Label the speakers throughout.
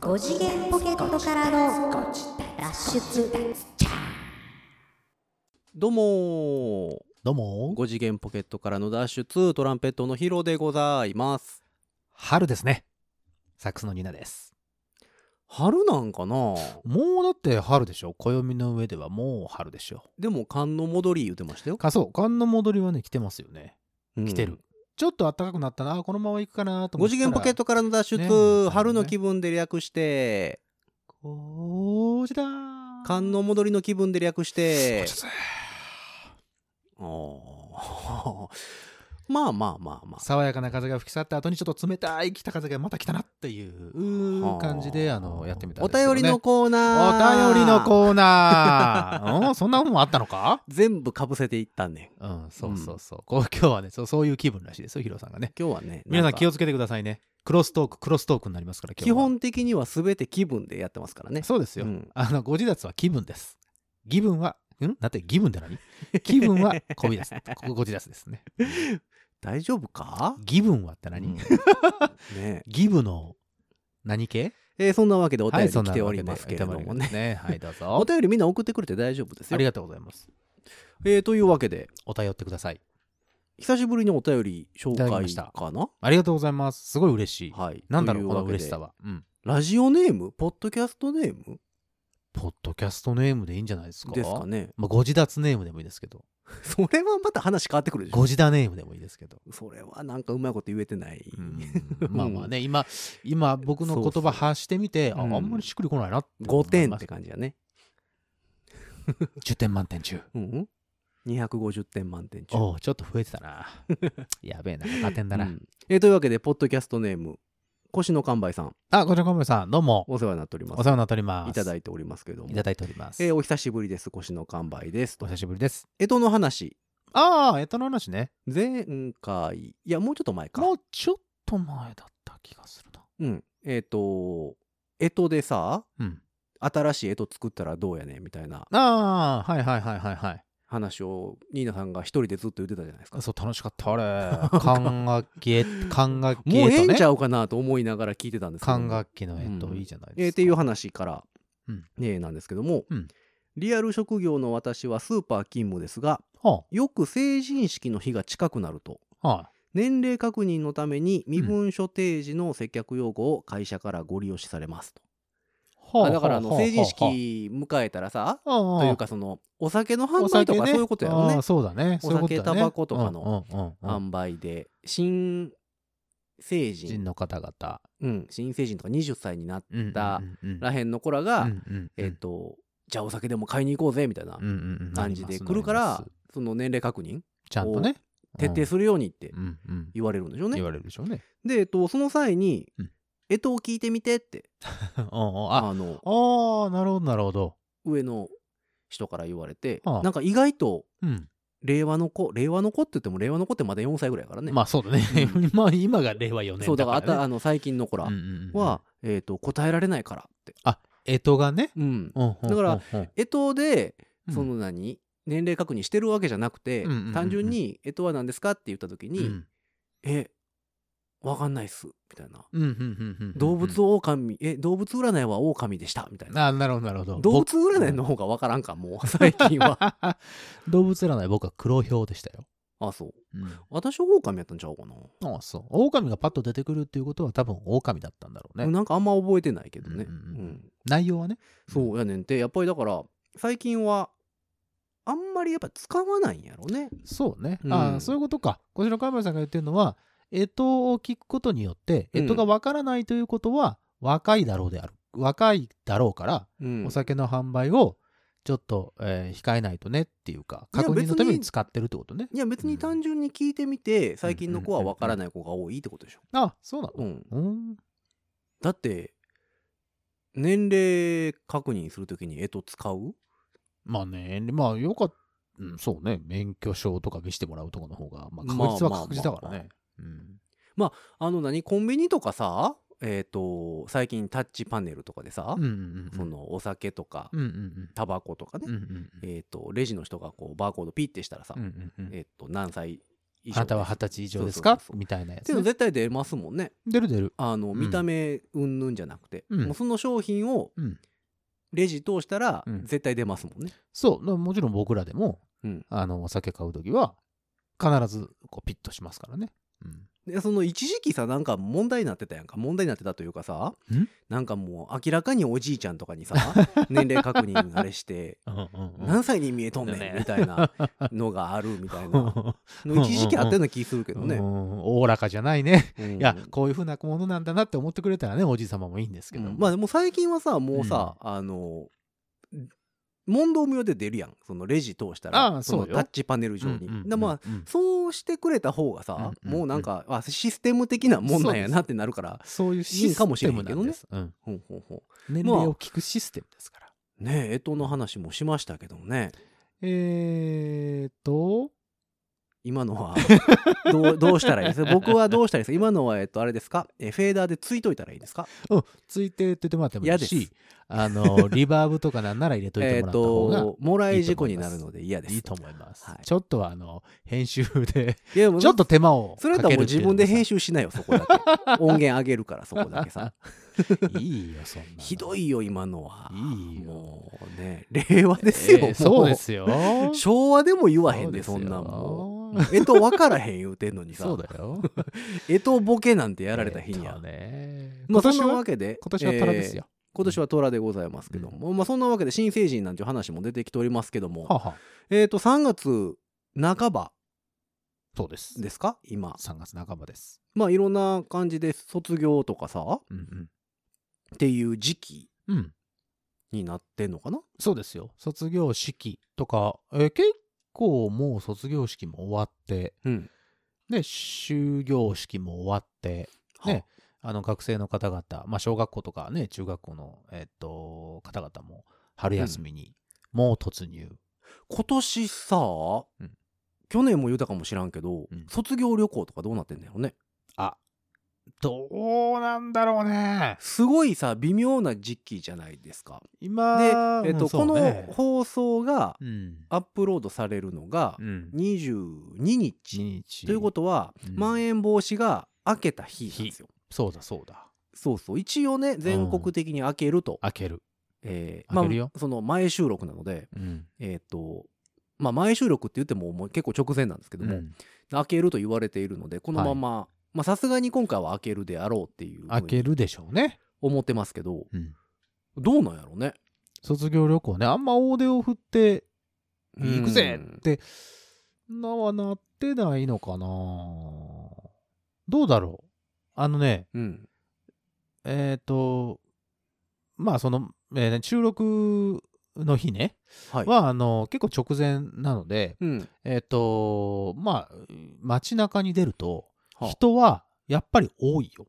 Speaker 1: 5次元ポケットからの脱出
Speaker 2: どうもー
Speaker 3: どうも、
Speaker 2: 5次元ポケットからの脱出トランペットのヒロでございます
Speaker 3: 春ですね。サックスのニナです。
Speaker 2: 春なんかな
Speaker 3: もうだって春でしょ。暦の上ではもう春でしょ。
Speaker 2: でも寒の戻り言ってましたよ、
Speaker 3: かそう、寒の戻りはね、来てますよね。
Speaker 2: うん
Speaker 3: 来てる。ちょっと暖かくなったな、あこのまま行くかなと思
Speaker 2: 5
Speaker 3: った
Speaker 2: 次
Speaker 3: ら。
Speaker 2: 元ポケットからの脱出、
Speaker 3: ねえ
Speaker 2: 春の気分で略して
Speaker 3: こちら。
Speaker 2: 寒の戻りの気分で略して
Speaker 3: こちら
Speaker 2: おー まあまあまあまあ
Speaker 3: 爽やかな風が吹き去った後にちょっと冷たい北風がまた来たなっていう感じで、あの、やってみたん
Speaker 2: お
Speaker 3: ですけど
Speaker 2: 便
Speaker 3: ね
Speaker 2: りのコーナー
Speaker 3: お便りのコーナー。 うん、そんなもんあったのか
Speaker 2: 全部かぶせていったね
Speaker 3: うん、そうそうそう。こう今日はねそう、そういう気分らしいですよ、ヒロさんがね。
Speaker 2: 今日はね
Speaker 3: 皆さん気
Speaker 2: 気
Speaker 3: をつけてくださいね。クロストーク、クロストークになりますから、今日
Speaker 2: 基
Speaker 3: は
Speaker 2: 本的には全て気分でやってますからね
Speaker 3: そうですよ。
Speaker 2: うん
Speaker 3: あの、ご自立は気分です。気分は、んだって気分って 何気分はこびです。ここご自立ですね。
Speaker 2: 大丈夫か、
Speaker 3: 気分はって何、
Speaker 2: うんね
Speaker 3: ギブの何系
Speaker 2: えーそんなわけでお
Speaker 3: は
Speaker 2: 便
Speaker 3: い、
Speaker 2: り
Speaker 3: そん
Speaker 2: 来
Speaker 3: な
Speaker 2: て
Speaker 3: わ
Speaker 2: お
Speaker 3: け
Speaker 2: り
Speaker 3: で
Speaker 2: ますけれど
Speaker 3: お
Speaker 2: も
Speaker 3: 便りが
Speaker 2: ね
Speaker 3: 来て。ね。はい、どう
Speaker 2: お
Speaker 3: ぞ。
Speaker 2: 便りみんな送ってくれて大丈夫です
Speaker 3: あ
Speaker 2: よ
Speaker 3: り。がとうございます。
Speaker 2: えーというわけで、
Speaker 3: お便ってください。
Speaker 2: 久しぶりにお便り紹
Speaker 3: いただきま
Speaker 2: 介
Speaker 3: した
Speaker 2: かな
Speaker 3: ありがとうございます。すごい嬉しい。
Speaker 2: はい。
Speaker 3: なんだろ
Speaker 2: とい
Speaker 3: う、この
Speaker 2: わけで
Speaker 3: 嬉しさ。は。うん。
Speaker 2: ラジオネームポッドキャストネーム
Speaker 3: ポッドキャストネームでいいんじゃないですか
Speaker 2: ですかね。
Speaker 3: まあ、ご自立ネームでもいいですけど。
Speaker 2: それはまた話変わってくるでし
Speaker 3: ご
Speaker 2: ょ。
Speaker 3: 自立ネームでもいいですけど。
Speaker 2: それはなんかうまいこと言えてない。
Speaker 3: うんまあまあね、今、今僕の言葉発してみて、あ
Speaker 2: うん
Speaker 3: あんまりしっくりこないなって
Speaker 2: 5点
Speaker 3: 思
Speaker 2: っ
Speaker 3: い
Speaker 2: て
Speaker 3: ま
Speaker 2: 感じだね。
Speaker 3: す。10点満点中。
Speaker 2: うん、250点満点中。
Speaker 3: おうちょっと増えてた な。やべえな、赤点だな。
Speaker 2: うんえーというわけで、ポッドキャストネーム、腰の完売さん、
Speaker 3: あ、こちらこんばんさん、どうも。
Speaker 2: お世話になっておりま
Speaker 3: お
Speaker 2: す
Speaker 3: 世。話になっております。
Speaker 2: いただ
Speaker 3: い
Speaker 2: いておりますけども。
Speaker 3: ただいております。
Speaker 2: えーお久しぶりです。腰の完売です。
Speaker 3: お久しぶりです。
Speaker 2: 江戸の話、
Speaker 3: ああ、えっとの話ね。
Speaker 2: 前回、いや、もうちょっと前か。
Speaker 3: もうちょっと前だった気がするな。
Speaker 2: うん。えっ、と、江戸でさ、
Speaker 3: うん。
Speaker 2: 新しい江戸作ったらどうやねんみたいな
Speaker 3: ああ、はいはいはいはいはい。
Speaker 2: 話を、ニーナさんが一人でずっと言ってたじゃないですか。
Speaker 3: そう、楽しかった、 あれ。管楽器、管楽器、
Speaker 2: もうええんちゃ
Speaker 3: う
Speaker 2: うかなと思いながら聞いてたんですけど。
Speaker 3: 管楽器のえっ
Speaker 2: う
Speaker 3: と、
Speaker 2: ん
Speaker 3: いいじゃない
Speaker 2: えー
Speaker 3: で
Speaker 2: っ
Speaker 3: す
Speaker 2: て
Speaker 3: か。
Speaker 2: いう話から、
Speaker 3: うん
Speaker 2: ねえなんですけども、
Speaker 3: うん
Speaker 2: リアル職業の私はスーパー勤務ですが、
Speaker 3: は
Speaker 2: よく成人式の日が近くなると、
Speaker 3: あ、はい。
Speaker 2: 年齢確認のために身分証提示の接客用語を会社からご利用しされますと、あだからあの成人式迎えたらさと
Speaker 3: と
Speaker 2: いうかそのお酒の販売とかそういうことやろね
Speaker 3: そうだね。
Speaker 2: お酒
Speaker 3: そういうことだね
Speaker 2: タバコとか
Speaker 3: うんうんうんう
Speaker 2: 販
Speaker 3: ん
Speaker 2: 売で新成人
Speaker 3: 人の方々
Speaker 2: うん、新成人とか20歳になっ
Speaker 3: うん
Speaker 2: た
Speaker 3: うんうんうん
Speaker 2: らへんの子らが、
Speaker 3: うんうん
Speaker 2: えっ、とじゃあお酒でも買いに行こうぜみたいな
Speaker 3: うんうんうん
Speaker 2: 感じで
Speaker 3: なります
Speaker 2: 来るから、
Speaker 3: なります
Speaker 2: その年齢確認
Speaker 3: ちゃんとね
Speaker 2: 徹底するようにって
Speaker 3: うんうん
Speaker 2: 言われるんでしょうね
Speaker 3: 言。われるでしょ うね。
Speaker 2: で、えっと、その際に
Speaker 3: うん
Speaker 2: 「えとを聞いてみて」って
Speaker 3: うんうんあ
Speaker 2: あの
Speaker 3: あーなるほどなるほど。
Speaker 2: 上の人から言われて、
Speaker 3: はあ
Speaker 2: なんか意外と
Speaker 3: うん
Speaker 2: 令和の子令和の子って言っても令和の子ってまだ4歳ぐらいやからね、
Speaker 3: まあそうだね
Speaker 2: う。
Speaker 3: まあ今が令和4年
Speaker 2: そうだからあた
Speaker 3: ね
Speaker 2: あの最近の子ら
Speaker 3: うんうんうん
Speaker 2: は、えー、と答えられないからって、
Speaker 3: えとがね。
Speaker 2: うん、
Speaker 3: だ
Speaker 2: だからえとでその
Speaker 3: っ
Speaker 2: 何、年齢確認してるわけじゃなくて、
Speaker 3: うんうんうんうん
Speaker 2: 単純に「えとは何ですか?」って言った時に「えわかんないっす」みたいな「動物
Speaker 3: を
Speaker 2: 狼え動物占いは狼でした」みたいな
Speaker 3: あなるほどなるほど。
Speaker 2: 動物占いの方がわからんかもう最近 は
Speaker 3: 動物占い僕は黒豹でしたよ。
Speaker 2: あそう
Speaker 3: うん
Speaker 2: 私は狼やったんちゃうかな
Speaker 3: ああそう狼がパッと出てくるっていうことは多分狼だったんだろうね、
Speaker 2: なんかあんま覚えてないけどね、う
Speaker 3: う
Speaker 2: んん
Speaker 3: うんうん内容はね
Speaker 2: そうやねんってやっぱりだから最近はあんまりやっぱ使わないんやろね
Speaker 3: そうね、
Speaker 2: うん
Speaker 3: ああそういうことかこちらカメラさんが言ってるのは干支を聞くことによって
Speaker 2: うん
Speaker 3: 干支がわからないということは若いだろうである若いだろうから、
Speaker 2: うん
Speaker 3: お酒の販売をちょっと、えー控えないとねっていうか
Speaker 2: いや
Speaker 3: 確認のため
Speaker 2: 別
Speaker 3: に
Speaker 2: に
Speaker 3: 使ってるってことね
Speaker 2: いや別に単純に聞いてみて最近の子はわからない子が多いってことでしょ、
Speaker 3: ああそうなの
Speaker 2: うん、
Speaker 3: うん
Speaker 2: だって年齢確認するときにえと使う
Speaker 3: まあねまあよかったうん、そうね免許証とか見せてもらうとかの方が、まあ、確実は確実だからね。うん
Speaker 2: あの何コンビニとかさえっ、と最近タッチパネルとかでさ、
Speaker 3: うんうんうん
Speaker 2: そのお酒とか
Speaker 3: うんうん
Speaker 2: タバコとかね、
Speaker 3: うんうんうん
Speaker 2: えっ、とレジの人がこうバーコードピッてしたらさ、
Speaker 3: うんうんうん
Speaker 2: えっと何歳以上
Speaker 3: あなたは二十歳以上ですか
Speaker 2: そうそうそう
Speaker 3: みたいなや
Speaker 2: ってい
Speaker 3: つ
Speaker 2: うの
Speaker 3: ね、
Speaker 2: 絶対出ますもんね
Speaker 3: 出る出る。
Speaker 2: あの
Speaker 3: ん
Speaker 2: 見た目うんぬんじゃなくて、
Speaker 3: うん
Speaker 2: もうその商品を
Speaker 3: うん
Speaker 2: レジ通したら
Speaker 3: うん
Speaker 2: 絶対出ますもんね、
Speaker 3: そう。だからもちろん僕らでも、
Speaker 2: うん
Speaker 3: あの、お酒買うときは、必ずこうピッとしますからね。うん
Speaker 2: でその一時期さなんか問題になってたやんか問題になってたというかさ
Speaker 3: ん
Speaker 2: なんかもう明らかにおじいちゃんとかに さ年齢確認あれして何歳に見えとんね
Speaker 3: ね
Speaker 2: んみたいなのがあるみ たいな
Speaker 3: うん
Speaker 2: の一時期あったような気するけどね、
Speaker 3: うんおおらかじゃないね。
Speaker 2: うん
Speaker 3: いや、こういうふうなものなんだなって思ってくれたらね、おじい様もいいんですけ
Speaker 2: う
Speaker 3: ど。
Speaker 2: んまあでも最近はさもうさ、あの問答無用で出るやんそのレジ通したら
Speaker 3: ああそうよ
Speaker 2: のタッチパネル上に、
Speaker 3: うんうん
Speaker 2: でまあ
Speaker 3: うんうん
Speaker 2: そうしてくれた方がさ、
Speaker 3: うんうんうん
Speaker 2: もうなんかあシステム的なもんなんやなってなるから
Speaker 3: そういうシ
Speaker 2: いいん
Speaker 3: ス
Speaker 2: かもし
Speaker 3: テ
Speaker 2: れへ
Speaker 3: ム
Speaker 2: んけ
Speaker 3: な
Speaker 2: ど
Speaker 3: ん
Speaker 2: ね
Speaker 3: です。うん
Speaker 2: ほんほんほん
Speaker 3: 年齢を聞くシステムですから。
Speaker 2: ねえ干支の話もしましたけどもね
Speaker 3: えーっと、
Speaker 2: 今の はどうどうしたらいいですか僕はどうしたらいいですか今のはえっとあれですかえフェーダーでついといたらいいですか
Speaker 3: うん、ついてって言ってもらってもい
Speaker 2: 嫌
Speaker 3: い
Speaker 2: です
Speaker 3: し、あ の、リバーブとかなんなら入れといて
Speaker 2: え
Speaker 3: も
Speaker 2: っ
Speaker 3: らった方が
Speaker 2: ともらい事故になるので嫌です
Speaker 3: いいと思います。
Speaker 2: はい
Speaker 3: ちょっとはあの、編集 で、
Speaker 2: いやでも
Speaker 3: ちょっと手間をかけ
Speaker 2: そ
Speaker 3: る
Speaker 2: れ
Speaker 3: っ
Speaker 2: だ
Speaker 3: て
Speaker 2: ったら
Speaker 3: い
Speaker 2: もう自分で編集
Speaker 3: 集
Speaker 2: しないよそこだけ 音源上げるからそこだけさ
Speaker 3: いいよ、そんなの。
Speaker 2: ひどいよ今のはい
Speaker 3: いよ
Speaker 2: もうね令和です
Speaker 3: え
Speaker 2: よ、も
Speaker 3: ーそうですすよ。
Speaker 2: 昭和でも言わへんで
Speaker 3: そ
Speaker 2: そう
Speaker 3: ですよ
Speaker 2: んなんもうえと分からへん言うてんのにさ
Speaker 3: そうだよ。
Speaker 2: えとボケなんてやられた日に
Speaker 3: えー
Speaker 2: は、
Speaker 3: とね。
Speaker 2: まあ
Speaker 3: 今
Speaker 2: そん
Speaker 3: 年
Speaker 2: なわ
Speaker 3: は、
Speaker 2: けで
Speaker 3: 今年は虎です
Speaker 2: えー
Speaker 3: よ。
Speaker 2: 今年は虎でございますけども、まあそんなわけで新成人なんていう話も出てきておりますけども、
Speaker 3: はあはあ
Speaker 2: えっ、と3月半ば
Speaker 3: そうです。
Speaker 2: ですか今
Speaker 3: 3月半ばです。
Speaker 2: まあいろんな感じで卒業とかさ
Speaker 3: うん
Speaker 2: っていう時期
Speaker 3: うん。うん。
Speaker 2: になってんのかな
Speaker 3: そうですよ。卒業式とか、えー結構もう卒業式も終わって、
Speaker 2: うん
Speaker 3: で、終業式も終わって、ね、あの学生の方々、まあ、小学校とかね、中学校の、えっと方々も春休みにもう突入。
Speaker 2: 今年さ、
Speaker 3: ん
Speaker 2: 去年も言うたかもしらんけど、
Speaker 3: うん
Speaker 2: 卒業旅行とかどうなってんだよね
Speaker 3: どうなんだろうね。
Speaker 2: すごいさ微妙な時期じゃないですかで、
Speaker 3: 今、
Speaker 2: えっと
Speaker 3: うんそ
Speaker 2: こ
Speaker 3: う
Speaker 2: の
Speaker 3: ね
Speaker 2: 放送が
Speaker 3: うん。
Speaker 2: アップロードされるのが
Speaker 3: うん。
Speaker 2: 22日、
Speaker 3: 日
Speaker 2: ということは、
Speaker 3: うん
Speaker 2: まん延防止が明けた日なんですよ
Speaker 3: そうだそうだ。
Speaker 2: そうそう一応ね全国的に明けると、
Speaker 3: 開ける。
Speaker 2: えー
Speaker 3: 明けるよ
Speaker 2: まあ、その前収録なので
Speaker 3: うん。
Speaker 2: えっ、とまあ前収録って言ってももう結構直前なんですけども、
Speaker 3: うん
Speaker 2: 開けると言われているのでこのまままあさすがに今回は開けるであろうっていうふう
Speaker 3: 開け
Speaker 2: に
Speaker 3: るでしょうね。
Speaker 2: 思ってますけど
Speaker 3: うん。
Speaker 2: どうなんやろうね
Speaker 3: 卒業旅行ね、あんま大手を振って、
Speaker 2: うん
Speaker 3: 行くぜって、なはなってないのかなどうだろうあのね、
Speaker 2: うん
Speaker 3: えっ、と、まあその、えー収録の日ね、
Speaker 2: はい
Speaker 3: はあの結構直前なので、
Speaker 2: うん
Speaker 3: えっ、と、まあ街中に出ると、
Speaker 2: はあ
Speaker 3: 人はやっぱり多いよ。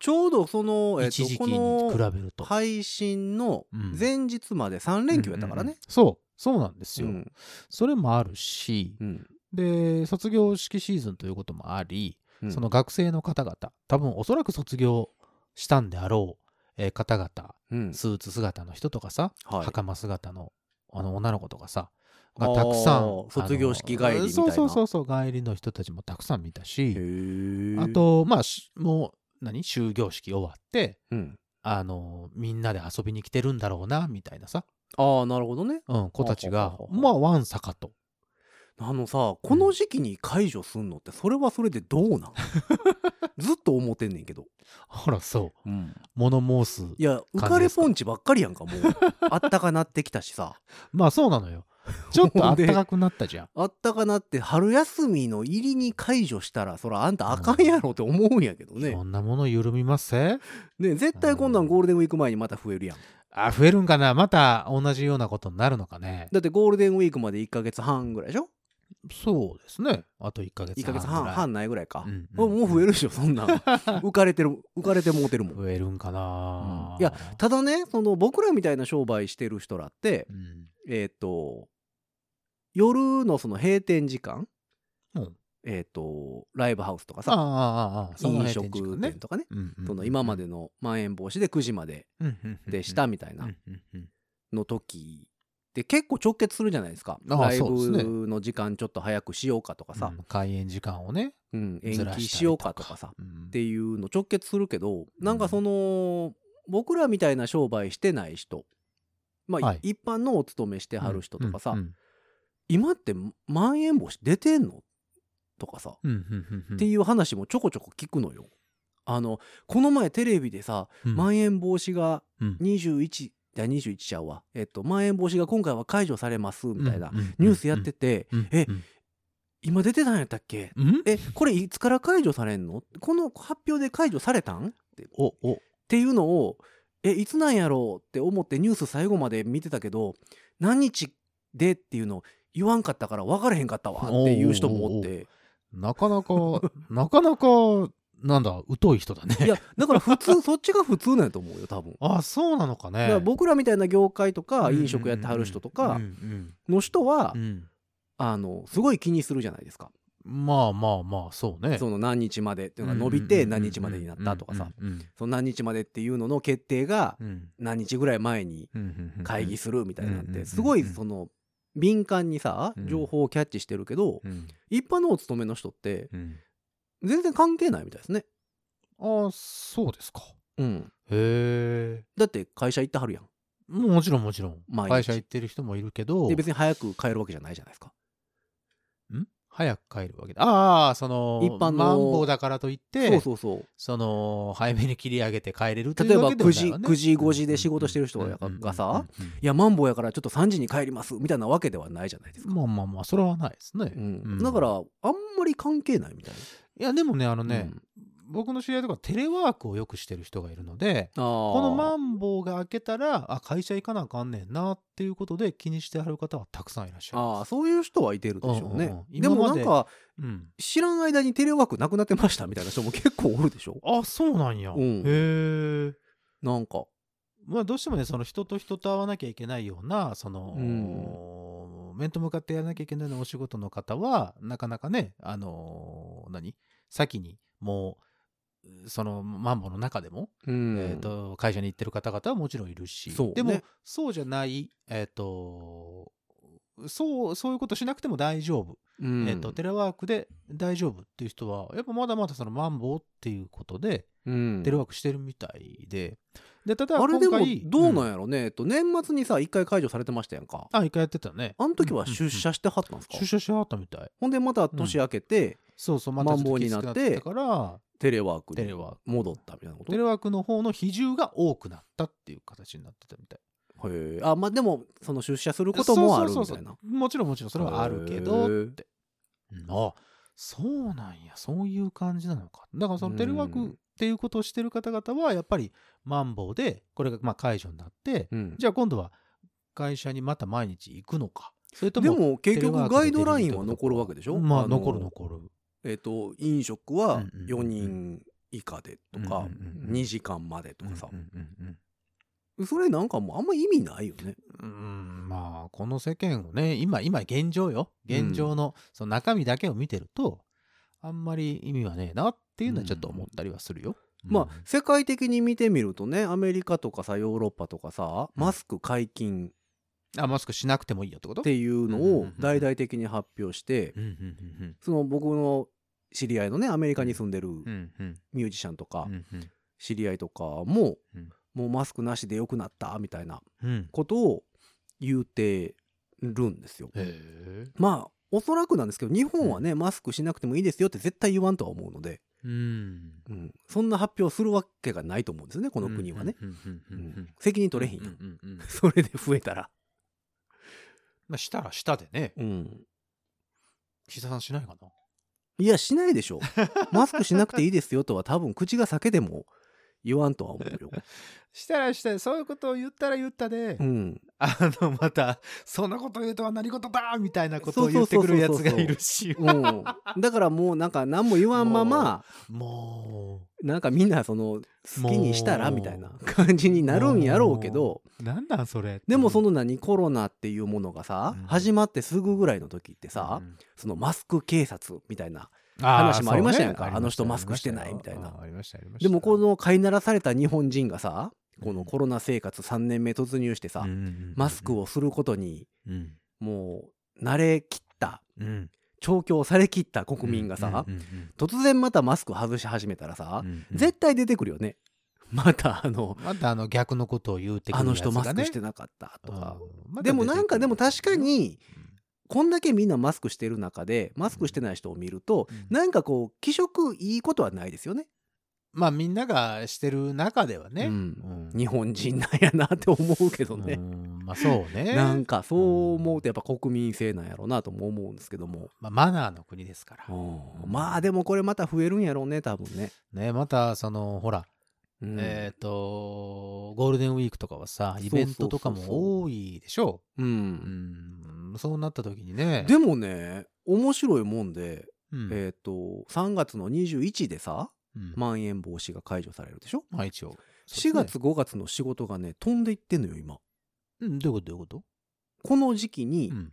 Speaker 2: ちょうどその、えっ
Speaker 3: 一
Speaker 2: と
Speaker 3: 時期
Speaker 2: こ
Speaker 3: に比
Speaker 2: の
Speaker 3: べると。
Speaker 2: 配信の
Speaker 3: うん
Speaker 2: 前日まで3連休やったから
Speaker 3: うんう
Speaker 2: ね
Speaker 3: んうん。そう、そうなんです
Speaker 2: う
Speaker 3: よ。
Speaker 2: ん
Speaker 3: それもあるし、
Speaker 2: うん
Speaker 3: で、卒業式シーズンということもあり、
Speaker 2: うん
Speaker 3: その学生の方々、多分おそらく卒業したんであろう、えー方々、
Speaker 2: うん
Speaker 3: スーツ姿の人とかさ、
Speaker 2: はい
Speaker 3: 袴姿のあの女の子とかさ、がたくさん
Speaker 2: あ
Speaker 3: あ
Speaker 2: ー
Speaker 3: の。
Speaker 2: 卒業式帰りみたいな
Speaker 3: そうそうそうそう、帰りの人たちもたくさん見た
Speaker 2: へ
Speaker 3: し、
Speaker 2: ー
Speaker 3: あと、まあ、しもう、何、終業式終わって、
Speaker 2: うん
Speaker 3: あの、みんなで遊びに来てるんだろうな、みたいなさ、
Speaker 2: ああなるほどね
Speaker 3: うん、子たちが
Speaker 2: ほう、ほうほう
Speaker 3: まあ、わんさかと。
Speaker 2: あのさこの時期に解除すんのってそれはそれでどうなん ずっと思ってんねんけど、
Speaker 3: ほら、そう、
Speaker 2: うん、
Speaker 3: 物申す。
Speaker 2: いや浮かれポンチばっかりやんかも うあったかなってきたしさ
Speaker 3: まあ、そうなのよ。ちょっとあっ
Speaker 2: で
Speaker 3: たかくなったじゃん。
Speaker 2: あったかなって春休みの入りに解除したらそらあんたあかんやろって思うんやけど ね
Speaker 3: そ,、んなもの緩みますせ
Speaker 2: ね絶対こんなんゴールデンウィーク前にまた増えるやん
Speaker 3: あ、増えるんかなまた同じようなことになるのかね
Speaker 2: だってゴールデンウィークまで1ヶ月半ぐらいでしょ
Speaker 3: そうですね。あと1ヶ月
Speaker 2: 1ヶ
Speaker 3: 半ぐらい。
Speaker 2: 月半半ないぐらいか、
Speaker 3: うん
Speaker 2: もうもう増えるでしょそんなん浮かれてる浮かれてもうてるもん
Speaker 3: 増えるんか
Speaker 2: う
Speaker 3: な、
Speaker 2: んいやただねその僕らみたいな商売してる人らって
Speaker 3: うん、
Speaker 2: えっ、と夜のその閉店時間、
Speaker 3: うん
Speaker 2: えっ、とライブハウスとか
Speaker 3: ああ
Speaker 2: さ
Speaker 3: ああああ、その
Speaker 2: 飲
Speaker 3: 辺転
Speaker 2: 食
Speaker 3: 職
Speaker 2: 店。とかね
Speaker 3: うんうん
Speaker 2: その今までのまん延防止で9時まで
Speaker 3: うんうんうん
Speaker 2: でしたみたいな
Speaker 3: うんうんうん
Speaker 2: の時って結構直結するじゃないですか
Speaker 3: ああ
Speaker 2: ライ
Speaker 3: そうですね
Speaker 2: ブの時間ちょっと早くしようかとかさ
Speaker 3: う、ん開演時間をね、
Speaker 2: うん
Speaker 3: ず
Speaker 2: 延
Speaker 3: らしたり
Speaker 2: 期しようかとかさ
Speaker 3: うん
Speaker 2: っていうの直結するけどなんかその僕らみたいな商売してない人まあ、
Speaker 3: はい
Speaker 2: 一般のお勤めしてはる人とかさ、
Speaker 3: うんうん
Speaker 2: 今ってまん延防止出てんのとかさ、
Speaker 3: うんうんうんうん
Speaker 2: っていう話もちょこちょこ聞くのよ。あのこの前テレビでさ、
Speaker 3: うん
Speaker 2: まん延防止が
Speaker 3: うん
Speaker 2: 21いや21ちゃうわえっとまん延防止が今回は解除されますみたいな
Speaker 3: うんうんうん
Speaker 2: ニュースやってて、
Speaker 3: うん
Speaker 2: え今出てたんやったっけ
Speaker 3: うんうん
Speaker 2: えこれいつから解除されんのこの発表で解除されたんってっ
Speaker 3: おお
Speaker 2: ていうのをえいつなんやろうって思ってニュース最後まで見てたけど何日でっていうのを言わんかったから分からへんかったわっていう人もおって
Speaker 3: なかなか なかなかなんだ疎い人だね
Speaker 2: いやだから普通そっちが普通なんやと思うよ多分。
Speaker 3: あそうなのか
Speaker 2: だから
Speaker 3: ね
Speaker 2: 僕らみたいな業界とか飲食やってはる人と
Speaker 3: う
Speaker 2: か
Speaker 3: ん
Speaker 2: の人は
Speaker 3: うんうん
Speaker 2: あのすごい気にするじゃないですか
Speaker 3: まあまあまあそうね
Speaker 2: その何日までっていうのが伸び
Speaker 3: う
Speaker 2: て
Speaker 3: んうんうん
Speaker 2: 何日までになったとかさ
Speaker 3: うんうん
Speaker 2: その何日までっていうのの決定が
Speaker 3: うん
Speaker 2: 何日ぐらい前に
Speaker 3: うんうんうん
Speaker 2: 会議するみたいなん
Speaker 3: うんうんうんう
Speaker 2: て
Speaker 3: ん
Speaker 2: すごいその敏感にさ
Speaker 3: うん
Speaker 2: 情報をキャッチしてるけど
Speaker 3: うん
Speaker 2: 一般のお勤めの人って
Speaker 3: うん
Speaker 2: 全然関係ないみたいですね。
Speaker 3: あそうですか
Speaker 2: うん、
Speaker 3: へえ
Speaker 2: だって会社行ってはるやん。
Speaker 3: もちろんもちろん
Speaker 2: 毎日
Speaker 3: 会社行ってる人もいるけど
Speaker 2: で別に早く帰るわけじゃないじゃないですか。
Speaker 3: ん早く帰るわけだああその
Speaker 2: 一般の
Speaker 3: マンボウだからといって
Speaker 2: そうそうそう。
Speaker 3: その早めに切り上げて帰れるとい
Speaker 2: 例え
Speaker 3: う
Speaker 2: ば
Speaker 3: わけでもないわね
Speaker 2: 9時9時5時で仕事してる人ががさいやマンボウやからちょっと3時に帰りますみたいなわけではないじゃないですか。
Speaker 3: まあまあまあそれはないですね、
Speaker 2: うん
Speaker 3: うん
Speaker 2: だから
Speaker 3: い
Speaker 2: あんまり関係ないみたい
Speaker 3: やでもねあの
Speaker 2: な。
Speaker 3: ね、
Speaker 2: うん
Speaker 3: 僕の知り合いとかテレワークをよくしてる人がいるので
Speaker 2: あー
Speaker 3: このマンボウが開けたらあ会社行かなあかんねんなっていうことで気にしてはる方はたくさんいらっしゃい
Speaker 2: あ
Speaker 3: ま
Speaker 2: ー
Speaker 3: す
Speaker 2: そういう人はいてるでしょうね。
Speaker 3: うんうんうん
Speaker 2: でも
Speaker 3: 今
Speaker 2: な
Speaker 3: ま
Speaker 2: ん
Speaker 3: で
Speaker 2: か
Speaker 3: うん
Speaker 2: 知らん間にテレワークなくなってましたみたいな人も結構おるでしょ
Speaker 3: あそうなんや、
Speaker 2: うん
Speaker 3: へえ
Speaker 2: なんか。
Speaker 3: まあどうしてもねその人と人と会わなきゃいけないようなその、面と向かってやらなきゃいけないようなお仕事の方はなかなかねあのー何先にもうそのマンボウの中でも、
Speaker 2: うん
Speaker 3: えー、と会社に行ってる方々はもちろんいるし、
Speaker 2: そうね
Speaker 3: でもそうじゃないえっ、とそうそういうことしなくても大丈夫、
Speaker 2: うん
Speaker 3: えー、とテレワークで大丈夫っていう人はやっぱまだまだそのマンボウっていうことで
Speaker 2: うん
Speaker 3: テレワークしてるみたいで、でただ
Speaker 2: あ
Speaker 3: 今回
Speaker 2: れでもどうなん
Speaker 3: ん
Speaker 2: やろね、えっと年末にさ一回解除されてましたやんか。
Speaker 3: あ一回やってたね
Speaker 2: あの時は出
Speaker 3: うん
Speaker 2: 社してはったんですか、
Speaker 3: うん出社しはったみたい
Speaker 2: ほんでまた年明けて
Speaker 3: そうそうまたちょっときつくなってたから
Speaker 2: テレワーク
Speaker 3: テ
Speaker 2: に
Speaker 3: レワーク
Speaker 2: 戻ったみたいなこと
Speaker 3: テレワークの方の比重が多くなったっていう形になってたみたい
Speaker 2: へえあまあでもその出社することもあるみたいな
Speaker 3: そうそうそうそうもちろんもちろんそれはあるけど
Speaker 2: へ
Speaker 3: っ
Speaker 2: ー
Speaker 3: てうんあそうなんやそういう感じなのかだからそのテレワー
Speaker 2: う
Speaker 3: ク
Speaker 2: ん
Speaker 3: っていうことをしてる方々はやっぱりマンボウでこれがまあ解除になって
Speaker 2: うん
Speaker 3: じゃあ今度は会社にまた毎日行くのかそれと
Speaker 2: で
Speaker 3: も
Speaker 2: も結局ガイドラインは
Speaker 3: テレワークで出る
Speaker 2: 残るわけでしょ
Speaker 3: ということまあ
Speaker 2: の
Speaker 3: 残る残る
Speaker 2: えっ、と飲食は
Speaker 3: うんうん
Speaker 2: 4人以下でと
Speaker 3: う
Speaker 2: か
Speaker 3: んうんうん
Speaker 2: 2時間までとかさ
Speaker 3: うんうんうんうん
Speaker 2: それなんかもうあんま意味ないよね
Speaker 3: うーんまあこの世間をね今今現状よ現状のその中身だけを見てると、あんまり意味はねえなっていうのはちょっと思ったりはするよ。
Speaker 2: まあ世界的に見てみるとねアメリカとかさヨーロッパとかさマスク解禁
Speaker 3: あマスクしなくてもいいよってこと
Speaker 2: っていうのを大々的に発表して
Speaker 3: うんうん
Speaker 2: その僕の知り合いのねアメリカに住んでる
Speaker 3: うんうんうん
Speaker 2: ミュージシャンとか
Speaker 3: うんうん
Speaker 2: 知り合いとかも
Speaker 3: うん
Speaker 2: もうマスクなしで良くなったみたいな
Speaker 3: うん
Speaker 2: ことを言うてるんですよ。
Speaker 3: へえ
Speaker 2: まあおそらくなんですけど日本はねマスクしなくてもいいですよって絶対言わんとは思うので、
Speaker 3: うん
Speaker 2: うん、そんな発表するわけがないと思うんですよねこ
Speaker 3: こ
Speaker 2: の国はね。
Speaker 3: うんうんうんうん
Speaker 2: うん責任取れへんやん、
Speaker 3: うううんうん
Speaker 2: それで増えたら。
Speaker 3: まあしたらしたでね
Speaker 2: うん、
Speaker 3: 岸田さんしないかない
Speaker 2: やしないでしょマスクしなくていいですよとは多分口が裂けても言わんとは思うよ。
Speaker 3: したらしたでそういうことを言ったら言ったで
Speaker 2: うん、
Speaker 3: あの、また、そんなこと言うとは何事だみたいなことを
Speaker 2: そ
Speaker 3: 言
Speaker 2: う
Speaker 3: っ
Speaker 2: そ
Speaker 3: て
Speaker 2: うそう
Speaker 3: く
Speaker 2: そうそう
Speaker 3: るやつがい るし、
Speaker 2: うん、だからもうなんか何も言わんまま
Speaker 3: も
Speaker 2: なんかみんなその好きにしたら
Speaker 3: もう
Speaker 2: みたいな感じになるんやろうけど
Speaker 3: う、なんなんそれ。
Speaker 2: でもその何コロナっていうものがさ
Speaker 3: うん
Speaker 2: 始まってすぐぐらいの時ってさ、
Speaker 3: うん
Speaker 2: そのマスク警察みたいな
Speaker 3: ー
Speaker 2: 話もありましたやんか
Speaker 3: そうね
Speaker 2: あの人マスクしてないみたいな
Speaker 3: ありました、ありました。
Speaker 2: でもこの飼いならされた日本人がさこのコロナ生活3年目突入してさ、マスクをすることに
Speaker 3: うん
Speaker 2: もう慣れきった
Speaker 3: うん
Speaker 2: 調教されきった国民がさ、
Speaker 3: うんうん
Speaker 2: 突然またマスク外し始めたらさ
Speaker 3: う、んうん
Speaker 2: 絶対出てくるよね またあの
Speaker 3: またあの逆のことを言うてく
Speaker 2: あ
Speaker 3: るやつが
Speaker 2: の人
Speaker 3: ね
Speaker 2: マスクしてなかったとか、
Speaker 3: うんまだ
Speaker 2: でもなんかで
Speaker 3: 出て
Speaker 2: も
Speaker 3: くるやつ
Speaker 2: 確かにこんだけみんなマスクしてる中でマスクしてない人を見ると、
Speaker 3: うん
Speaker 2: なんかこう気色いいことはないですよね、
Speaker 3: まあみんながしてる中ではね、
Speaker 2: うん
Speaker 3: うん
Speaker 2: 日本人なんやなって思うけどね、
Speaker 3: うんまあそうね
Speaker 2: なんかそう思うとやっぱ国民性なんやろうなとも思うんですけども、
Speaker 3: まあ、マナーの国ですから、
Speaker 2: うんまあでもこれまた増えるんやろうね多分ね、
Speaker 3: ね、またそのほら、
Speaker 2: うん
Speaker 3: えっ、とゴールデンウィークとかはさイベントとか
Speaker 2: そうそうそうそう
Speaker 3: も多いでしょ
Speaker 2: う
Speaker 3: う、
Speaker 2: ん
Speaker 3: うん、そうなった時にね
Speaker 2: でもね面白いもんで、
Speaker 3: うん
Speaker 2: えっ、と3月の21でさ
Speaker 3: うんま
Speaker 2: まん延防止が解除されるでしょ
Speaker 3: あ一応
Speaker 2: 4
Speaker 3: そうです
Speaker 2: 月
Speaker 3: ね
Speaker 2: 5月の仕事がね飛んでいってんのよ今
Speaker 3: うん、どういうことどういうこと、
Speaker 2: この時期に
Speaker 3: うん、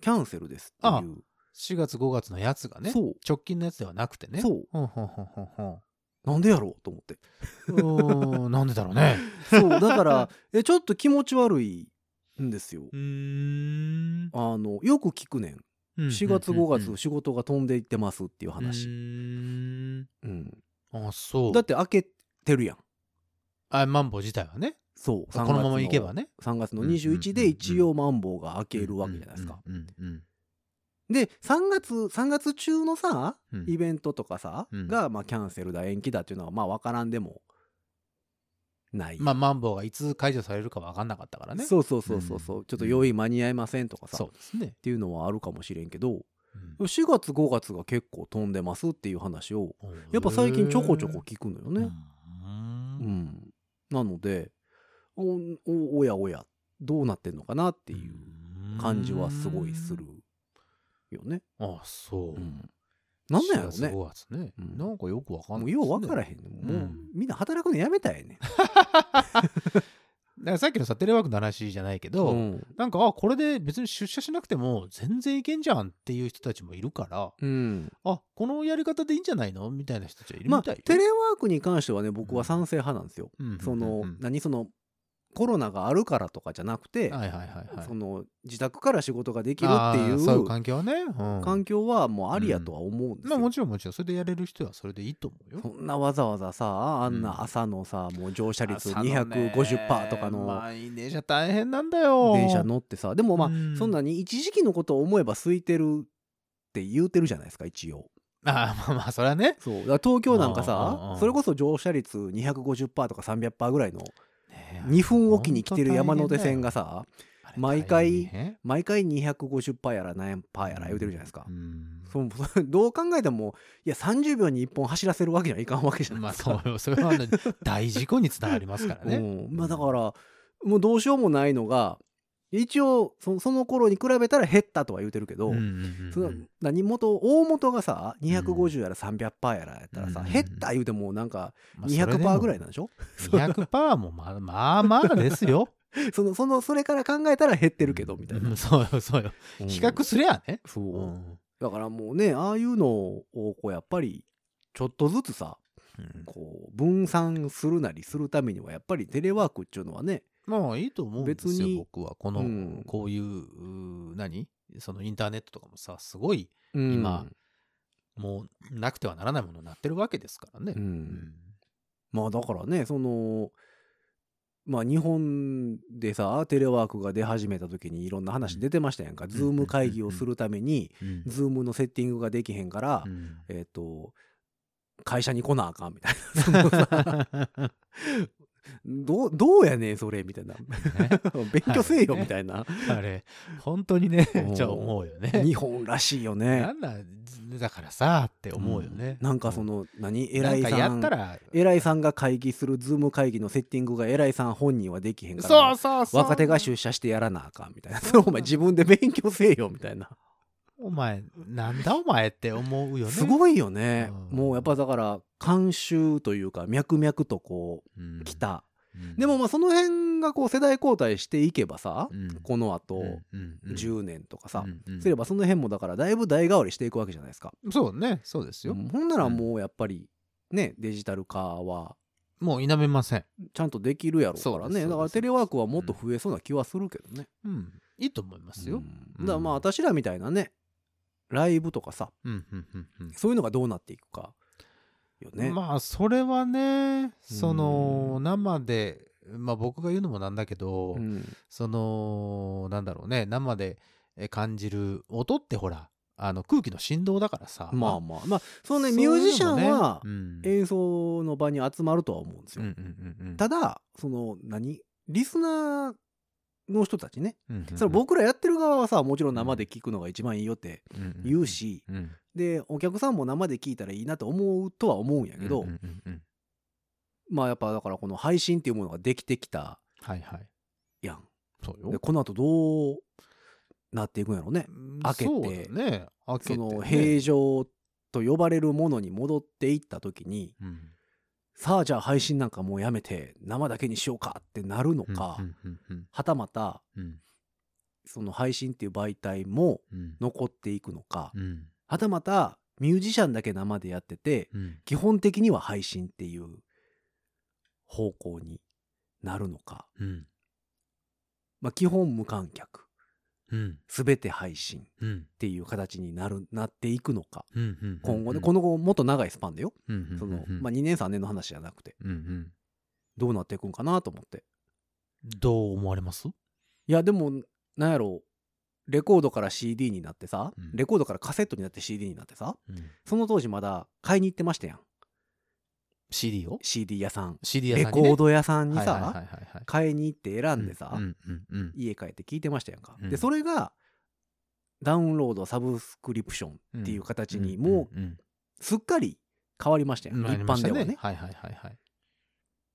Speaker 2: キャンセルですって
Speaker 3: あ
Speaker 2: いう、
Speaker 3: 4月5月のやつがね
Speaker 2: そう
Speaker 3: 直近のやつではなくてね
Speaker 2: そう
Speaker 3: ほんほんほんほんほん
Speaker 2: なんでやろうと思って
Speaker 3: うーんなんでだろ うね
Speaker 2: そうだ からえちょっと気持ち悪いんですよ
Speaker 3: うーん
Speaker 2: あのよく聞くねん4月5月仕事が飛んでいってますっていう
Speaker 3: う
Speaker 2: 話、
Speaker 3: ーん
Speaker 2: うん
Speaker 3: あそう
Speaker 2: だって開けてるやん
Speaker 3: あマンボウ自体はね
Speaker 2: そう
Speaker 3: このままいけば
Speaker 2: ね
Speaker 3: ね
Speaker 2: 3月の
Speaker 3: うんうんうんうん
Speaker 2: 21で一応マンボウが開けるわけじゃないですか、
Speaker 3: うんうんうん
Speaker 2: で3月3月中のさ
Speaker 3: うんうん
Speaker 2: イベントとかさ、
Speaker 3: うん
Speaker 2: が、まあ、キャンセルだ延期だっていうのはまあ分からんでもない、
Speaker 3: まあマンボウがいつ解除されるか分かんなかったからね
Speaker 2: そうそうそうそうそう、
Speaker 3: うん
Speaker 2: ちょっと用意間に合いませんとかさ、
Speaker 3: そ
Speaker 2: っ
Speaker 3: うですね、
Speaker 2: ていうのはあるかもしれんけど
Speaker 3: うん
Speaker 2: 4月5月が結構飛んでますっていう話をやっぱ最近ちょこちょこ聞くのよね。
Speaker 3: う
Speaker 2: うんん、なのでおおおやおやどうなってんのかなっていう感じはすごいするよね。
Speaker 3: あそう、
Speaker 2: うん、なんなんやろう
Speaker 3: 4
Speaker 2: ね。
Speaker 3: 月5月ね、
Speaker 2: うん
Speaker 3: なんかよく分かん
Speaker 2: も
Speaker 3: な
Speaker 2: う
Speaker 3: い
Speaker 2: よう分から
Speaker 3: ん
Speaker 2: へんね、
Speaker 3: う
Speaker 2: もうみんな働くのやめたいね、
Speaker 3: だからさっきのさテレワークの話じゃないけ
Speaker 2: う
Speaker 3: ど、
Speaker 2: ん
Speaker 3: なんかあこれで別に出社しなくても全然いけんじゃんっていう人たちもいるから
Speaker 2: うん、
Speaker 3: あこのやり方でいいんじゃないのみたいな人たちはいる
Speaker 2: まあ
Speaker 3: みたいよ、
Speaker 2: テレワークに関してはね僕は賛成派なんですよ、
Speaker 3: うんうんうんうん
Speaker 2: その、何そのコロナがあるからとかじゃなくて、
Speaker 3: はいはいはいはい
Speaker 2: その自宅から仕事ができるってい
Speaker 3: あーそういう
Speaker 2: う
Speaker 3: 環境はね、うん
Speaker 2: 環境はもうありやとは思うんです
Speaker 3: まあ
Speaker 2: よ、
Speaker 3: もちろんもちろんそれでやれる人はそれでいいと思うよ
Speaker 2: そんなわざわざさあんな朝のさ、もう乗車率
Speaker 3: 朝のね
Speaker 2: 250%とかの
Speaker 3: 満員電車大変なんだよ
Speaker 2: 電車乗ってさでもまあ、
Speaker 3: うん
Speaker 2: そんなに一時期のことを思えば空いてるって言うてるじゃないですか一応
Speaker 3: あーまあまあそれはね
Speaker 2: そうだから東京なんか
Speaker 3: うんうん
Speaker 2: さ
Speaker 3: うん
Speaker 2: それこそ乗車率250%とか300%ぐらいの
Speaker 3: ね
Speaker 2: 2分おきに来てる山手線がさ
Speaker 3: あれ
Speaker 2: 毎回
Speaker 3: 大変
Speaker 2: 毎回250%やら何パーやら言うてるじゃないですか
Speaker 3: う、ん
Speaker 2: そうそうどう考えてもいや30秒に1本走らせるわけにはいかんわけじゃない
Speaker 3: まあ
Speaker 2: ですか、
Speaker 3: そうよそれはね大事故につながりますから ね、
Speaker 2: うんまあ、だからもうどうしようもないのが一応そその頃に比べたら減ったとは言うてるけど、
Speaker 3: うんうんうん
Speaker 2: その何元大元がさ250やら300%やらやったらさ、
Speaker 3: うん
Speaker 2: 減った言うてもなんか
Speaker 3: まあそれでも
Speaker 2: 200%ぐらいなんでしょ、
Speaker 3: 200%パーもまあまあまあで すよ
Speaker 2: そのそのそれから考えたら減ってるけどみたいな、
Speaker 3: うんそうよそうよ
Speaker 2: うん
Speaker 3: 比較すりゃね、
Speaker 2: そう、
Speaker 3: うん
Speaker 2: だからもうねああいうのをこうやっぱりちょっとずつさ
Speaker 3: うん
Speaker 2: こう分散するなりするためにはやっぱりテレワークっていうのはね
Speaker 3: まあいいと思うんです
Speaker 2: 別
Speaker 3: よ
Speaker 2: に
Speaker 3: 僕はこの、
Speaker 2: うん
Speaker 3: こういううー何そのインターネットとかもさすごい
Speaker 2: 今
Speaker 3: 今、もうなくてはならないものになってるわけですからね、
Speaker 2: うん
Speaker 3: うん
Speaker 2: まあだからねそのまあ日本でさテレワークが出始めた時にいろんな話出てましたやんか、ズーム会議をするために、
Speaker 3: うん
Speaker 2: ズームのセッティングができへんから、
Speaker 3: うん
Speaker 2: えっ、と会社に来なあかんみたいなそのさどうどうやねんそれみた いな
Speaker 3: ね
Speaker 2: 勉強せえよみたいな、
Speaker 3: あれ本当にね
Speaker 2: うん
Speaker 3: じゃあ思うよね。
Speaker 2: 日本らしいよ
Speaker 3: な
Speaker 2: ね
Speaker 3: んなんだからさって思うよね。
Speaker 2: なんかその何
Speaker 3: うん
Speaker 2: 偉い
Speaker 3: なんか
Speaker 2: さ
Speaker 3: やった
Speaker 2: ん
Speaker 3: ら
Speaker 2: 偉いさんが会議するズーム会議のセッティングが偉いさん本人はできへんから
Speaker 3: そうそうそう
Speaker 2: 若手が出社してやらなあかんみたいな。 それお前自分で勉強せえよみたいな。
Speaker 3: お前なんだお前って思うよね。
Speaker 2: すごいよね。
Speaker 3: うん
Speaker 2: もうやっぱだから慣習というか脈々とこ
Speaker 3: うん
Speaker 2: う来。た。
Speaker 3: うん
Speaker 2: でもまあその辺がこう世代交代していけばさ、
Speaker 3: うん
Speaker 2: この後
Speaker 3: うんうん
Speaker 2: 10年とかさ、
Speaker 3: うんうん
Speaker 2: すればその辺もだからだいぶ代替わりしていくわけじゃないですか。
Speaker 3: そうねそうですよ。
Speaker 2: うんほんならもうやっぱりねデジタル化は
Speaker 3: もう否めません。
Speaker 2: ちゃんとできるやろうから
Speaker 3: そうです
Speaker 2: ね
Speaker 3: そうです
Speaker 2: だからテレワークはもっと増えそうな気はするけどね、
Speaker 3: うん。いいと思いますよ。
Speaker 2: うんだからまあ私らみたいなねライブとかさ
Speaker 3: うん、うん、うん、うん。
Speaker 2: そういうのがどうなっていくかよね、
Speaker 3: まあそれはねその生でまあ僕が言うのもなんだけど、
Speaker 2: うん
Speaker 3: そのなんだろうね生でえ感じる音ってほらあの空気の振動だからさ
Speaker 2: まあまあまあそのね
Speaker 3: そう
Speaker 2: ミ
Speaker 3: いう
Speaker 2: ュ
Speaker 3: のも
Speaker 2: ージシャンは
Speaker 3: ねうん
Speaker 2: 演奏の場に集まるとは思うんです
Speaker 3: う
Speaker 2: よ、
Speaker 3: んうんうんうん
Speaker 2: ただその何リスナーの人たちね、
Speaker 3: うんうんうん
Speaker 2: それ僕らやってる側はさもちろん生で聞くのが一番いいよって
Speaker 3: うんうん
Speaker 2: 言うし、
Speaker 3: うんうん
Speaker 2: でお客さんも生で聞いたらいいなと思うとは思うんやけど、
Speaker 3: うんうんうんうん
Speaker 2: まあやっぱだからこの配信っていうものができてきた
Speaker 3: はいはい
Speaker 2: やん
Speaker 3: そうよ
Speaker 2: でこの後どうなっていくんやろうね
Speaker 3: うん
Speaker 2: 開けて
Speaker 3: そうだね開けて
Speaker 2: そ
Speaker 3: ね
Speaker 2: の平常と呼ばれるものに戻っていった時に
Speaker 3: うん
Speaker 2: さあじゃあ配信なんかもうやめて生だけにしようかってなるの
Speaker 3: うん
Speaker 2: か、
Speaker 3: うんうんうん
Speaker 2: はたまた
Speaker 3: うん
Speaker 2: その配信っていう媒体も
Speaker 3: うん
Speaker 2: 残っていくのか、
Speaker 3: うん
Speaker 2: はたまたミュージシャンだけ生でやってて
Speaker 3: うん
Speaker 2: 基本的には配信っていう方向になるのか、
Speaker 3: うん
Speaker 2: まあ、基本無観客
Speaker 3: うん
Speaker 2: 全て配信っ
Speaker 3: うん
Speaker 2: ていう形になるなっていくのか
Speaker 3: うんうんうん
Speaker 2: 今後ねこの後もっと長いスパンでよ
Speaker 3: うんうんうんうん
Speaker 2: その、まあ、2年3年の話じゃなくて
Speaker 3: うんうん
Speaker 2: どうなっていくんかなと思って
Speaker 3: どう思われます
Speaker 2: いやでもなんやろうレコードから CD になってさ、
Speaker 3: うん
Speaker 2: レコードからカセットになって CD になってさ
Speaker 3: うん
Speaker 2: その当時まだ買いに行ってましたやん
Speaker 3: CD を
Speaker 2: CD 屋さん
Speaker 3: ?CD 屋
Speaker 2: レ
Speaker 3: さんに
Speaker 2: コ
Speaker 3: ね、
Speaker 2: ード屋さんに
Speaker 3: はいはいはい
Speaker 2: さ
Speaker 3: はいはい
Speaker 2: 買いに行って選んでさ、
Speaker 3: うんうんうん
Speaker 2: 家帰って聞いてましたやんか、
Speaker 3: うん
Speaker 2: でそれがダウンロードサブスクリプションっていう形にも
Speaker 3: うんうん
Speaker 2: うすっかり変わりましたやん、
Speaker 3: うん
Speaker 2: 一般ではね。っ
Speaker 3: はいはいはいはい。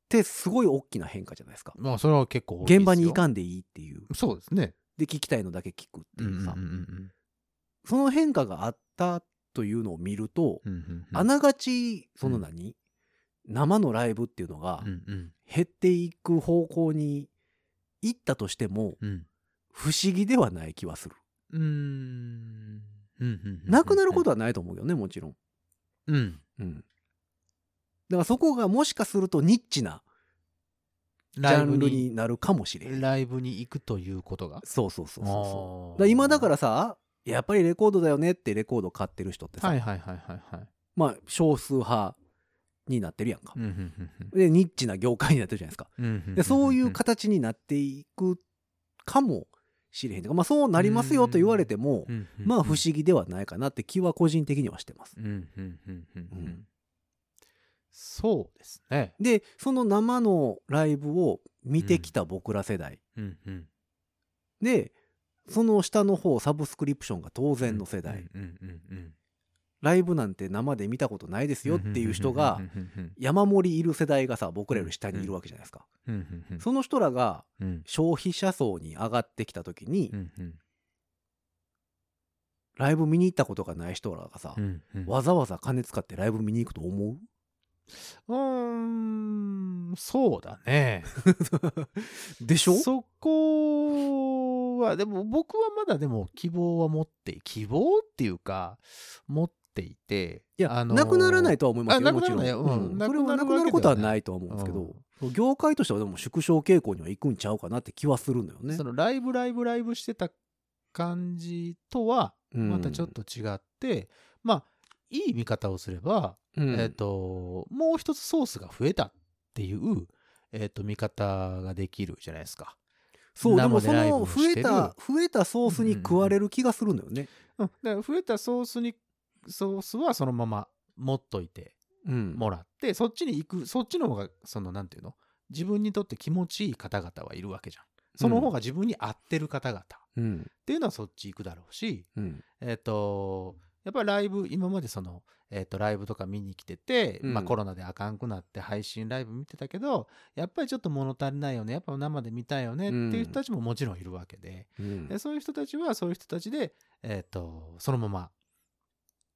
Speaker 2: てすごい大きな変化じゃないですか。
Speaker 3: まあそれは結構
Speaker 2: 現場に行
Speaker 3: ん。
Speaker 2: かんでいいっていう
Speaker 3: そうですね。
Speaker 2: で聞きたいのだけ聞くっていうさ、
Speaker 3: うんうん
Speaker 2: その変化があったというのを見ると、
Speaker 3: うんうん。
Speaker 2: あながちその何、生のライブっていうのが
Speaker 3: うんうん
Speaker 2: 減っていく方向に行ったとしても
Speaker 3: うん。
Speaker 2: 不思議ではない気はする。
Speaker 3: うーん。うんうん
Speaker 2: なくなること
Speaker 3: は。
Speaker 2: はないと思うよねもちろん。
Speaker 3: うん。
Speaker 2: うん。だからそこがもしかするとニッチなジ
Speaker 3: ラ
Speaker 2: ャ
Speaker 3: イブ
Speaker 2: ンル
Speaker 3: に、
Speaker 2: になるかもしれん。
Speaker 3: ライブに行くということが。
Speaker 2: そうそうそうそうそう。だか
Speaker 3: あー
Speaker 2: ら今だからさやっぱりレコードだよねってレコード買ってる人ってさ、
Speaker 3: はいはいはいはいはい。
Speaker 2: まあ少数派になってるやんか
Speaker 3: う。んうんうんうん
Speaker 2: でニッチな業界になってるじゃないですか。
Speaker 3: うんうんうん
Speaker 2: で
Speaker 3: ん
Speaker 2: そういう形になっていくかもしれへんとか、まあ、そうなりますよと言われても、
Speaker 3: うんうんうん
Speaker 2: まあ不思議ではないかなって気は個人的にはしてます。
Speaker 3: うんうんうんうんう
Speaker 2: うんん
Speaker 3: そうですね。
Speaker 2: でその生のライブを見てきた僕ら世代、
Speaker 3: うんうん
Speaker 2: でその下の方サブスクリプションが当然の世代、
Speaker 3: うんうんうんうん
Speaker 2: ライブなんて生で見たことないですよっていう人が
Speaker 3: うんうん
Speaker 2: 山盛りいる世代がさ僕らより下にいるわけじゃないですか。
Speaker 3: うんうんうん
Speaker 2: その人らが
Speaker 3: うん
Speaker 2: 消費者層に上がってきた時に、
Speaker 3: うんうん
Speaker 2: ライブ見に行ったことがない人らがさ、
Speaker 3: うんうん
Speaker 2: わざわざ金使ってライブ見に行くと思う
Speaker 3: うーんそうだね。
Speaker 2: でしょ
Speaker 3: そこはでも僕はまだでも希望は持って希望っていうか持っていて
Speaker 2: いや、
Speaker 3: あのー
Speaker 2: なくならないとは思いますよ
Speaker 3: あ
Speaker 2: も
Speaker 3: な
Speaker 2: ち
Speaker 3: く
Speaker 2: ろん、
Speaker 3: ならないうん
Speaker 2: それはな
Speaker 3: な
Speaker 2: く
Speaker 3: く
Speaker 2: な
Speaker 3: な
Speaker 2: る
Speaker 3: る
Speaker 2: こ
Speaker 3: ことと
Speaker 2: は
Speaker 3: は
Speaker 2: な
Speaker 3: ない
Speaker 2: とは思うんですけど、業界としてはでも縮小傾向には行くんちゃうかなって気はするのよね
Speaker 3: そ。のライブライブライブしてた感じとは
Speaker 2: うん
Speaker 3: またちょっ、と違って、まあいい見方をすれば
Speaker 2: うん
Speaker 3: えっ、と、もう一つソースが増えたっていう、えっと、見方ができるじゃないですか。
Speaker 2: そうでも
Speaker 3: 生
Speaker 2: そ
Speaker 3: でライブ
Speaker 2: の
Speaker 3: を
Speaker 2: 増
Speaker 3: し
Speaker 2: え
Speaker 3: てる
Speaker 2: た増えたソースに食われる気がするのよね。
Speaker 3: うん、だから増えたソースに、ソースはそのまま持っといて
Speaker 2: うん
Speaker 3: もらって、そっちに行く、そっちの方が、その、なんていうの自分にとって気持ちいい方々はいるわけじゃん。その方が自分に合ってる方々っ
Speaker 2: うん
Speaker 3: ていうのはそっち行くだろうし、
Speaker 2: うん
Speaker 3: えっ、と、やっぱりライブ、今までその、えっ、と、ライブとか見に来てて、
Speaker 2: うん
Speaker 3: まあコロナであかんくなって配信ライブ見てたけど、やっぱりちょっと物足りないよね、やっぱ生で見たいよねっていう人たちももちろんいるわけで、
Speaker 2: うん
Speaker 3: でそういう人たちはそういう人たちで、えっ、と、そのまま、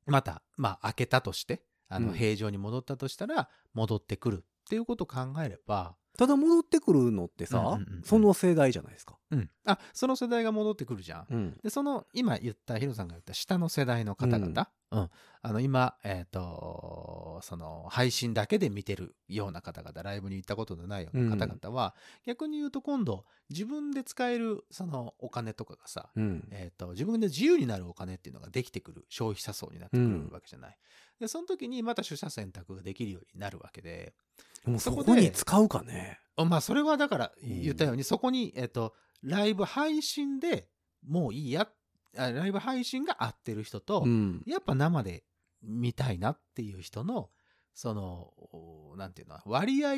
Speaker 3: また、まあ開けたとして、あ
Speaker 2: う
Speaker 3: の、
Speaker 2: ん
Speaker 3: 平常に戻ったとしたら、戻ってくるっていうことを考えれば、
Speaker 2: ただ戻ってくるのってさ、
Speaker 3: うんうんうん
Speaker 2: その世代じゃないですか。
Speaker 3: うん、あその世代が戻ってくるじゃん。
Speaker 2: うん
Speaker 3: でその今言ったヒロさんが言った下の世代の方々、うんあの今、えっとその配信だけで見てるような方々ライブに行ったことのないような方々は、逆に言うと今度自分で使えるそのお金とかがさ、
Speaker 2: うん
Speaker 3: えっと自分で自由になるお金っていうのができてくる消費者層になってく
Speaker 2: うん
Speaker 3: るわけじゃない。でその時にまた取捨選択ができるようになるわけで。
Speaker 2: でも
Speaker 3: そ
Speaker 2: そ
Speaker 3: こで
Speaker 2: こに使うかね。
Speaker 3: あまあそれはだから
Speaker 2: うん
Speaker 3: 言ったように、そこに、えっとライブ配信でもういいやあライブ配信が合ってる人と、
Speaker 2: うん
Speaker 3: やっぱ生で見たいなっていう人のそのおなんていうの割合っ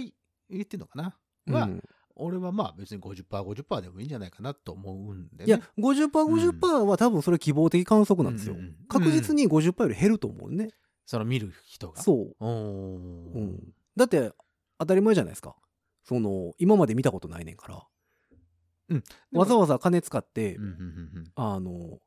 Speaker 3: ていうのかなは、
Speaker 2: うん
Speaker 3: 俺はまあ別に 50%50% でもいいんじゃないかなと思うんで、ね、
Speaker 2: いや 50%50% は多分それ希望的観測なんですよ。
Speaker 3: うんうんうん
Speaker 2: 確実に50%より減ると思うね。
Speaker 3: その見る人が
Speaker 2: そう。
Speaker 3: うおー
Speaker 2: うん、だって当たり前じゃないですかその今まで見たことないねんから、
Speaker 3: うん
Speaker 2: わざわざ金使って、
Speaker 3: うんうんうん
Speaker 2: あの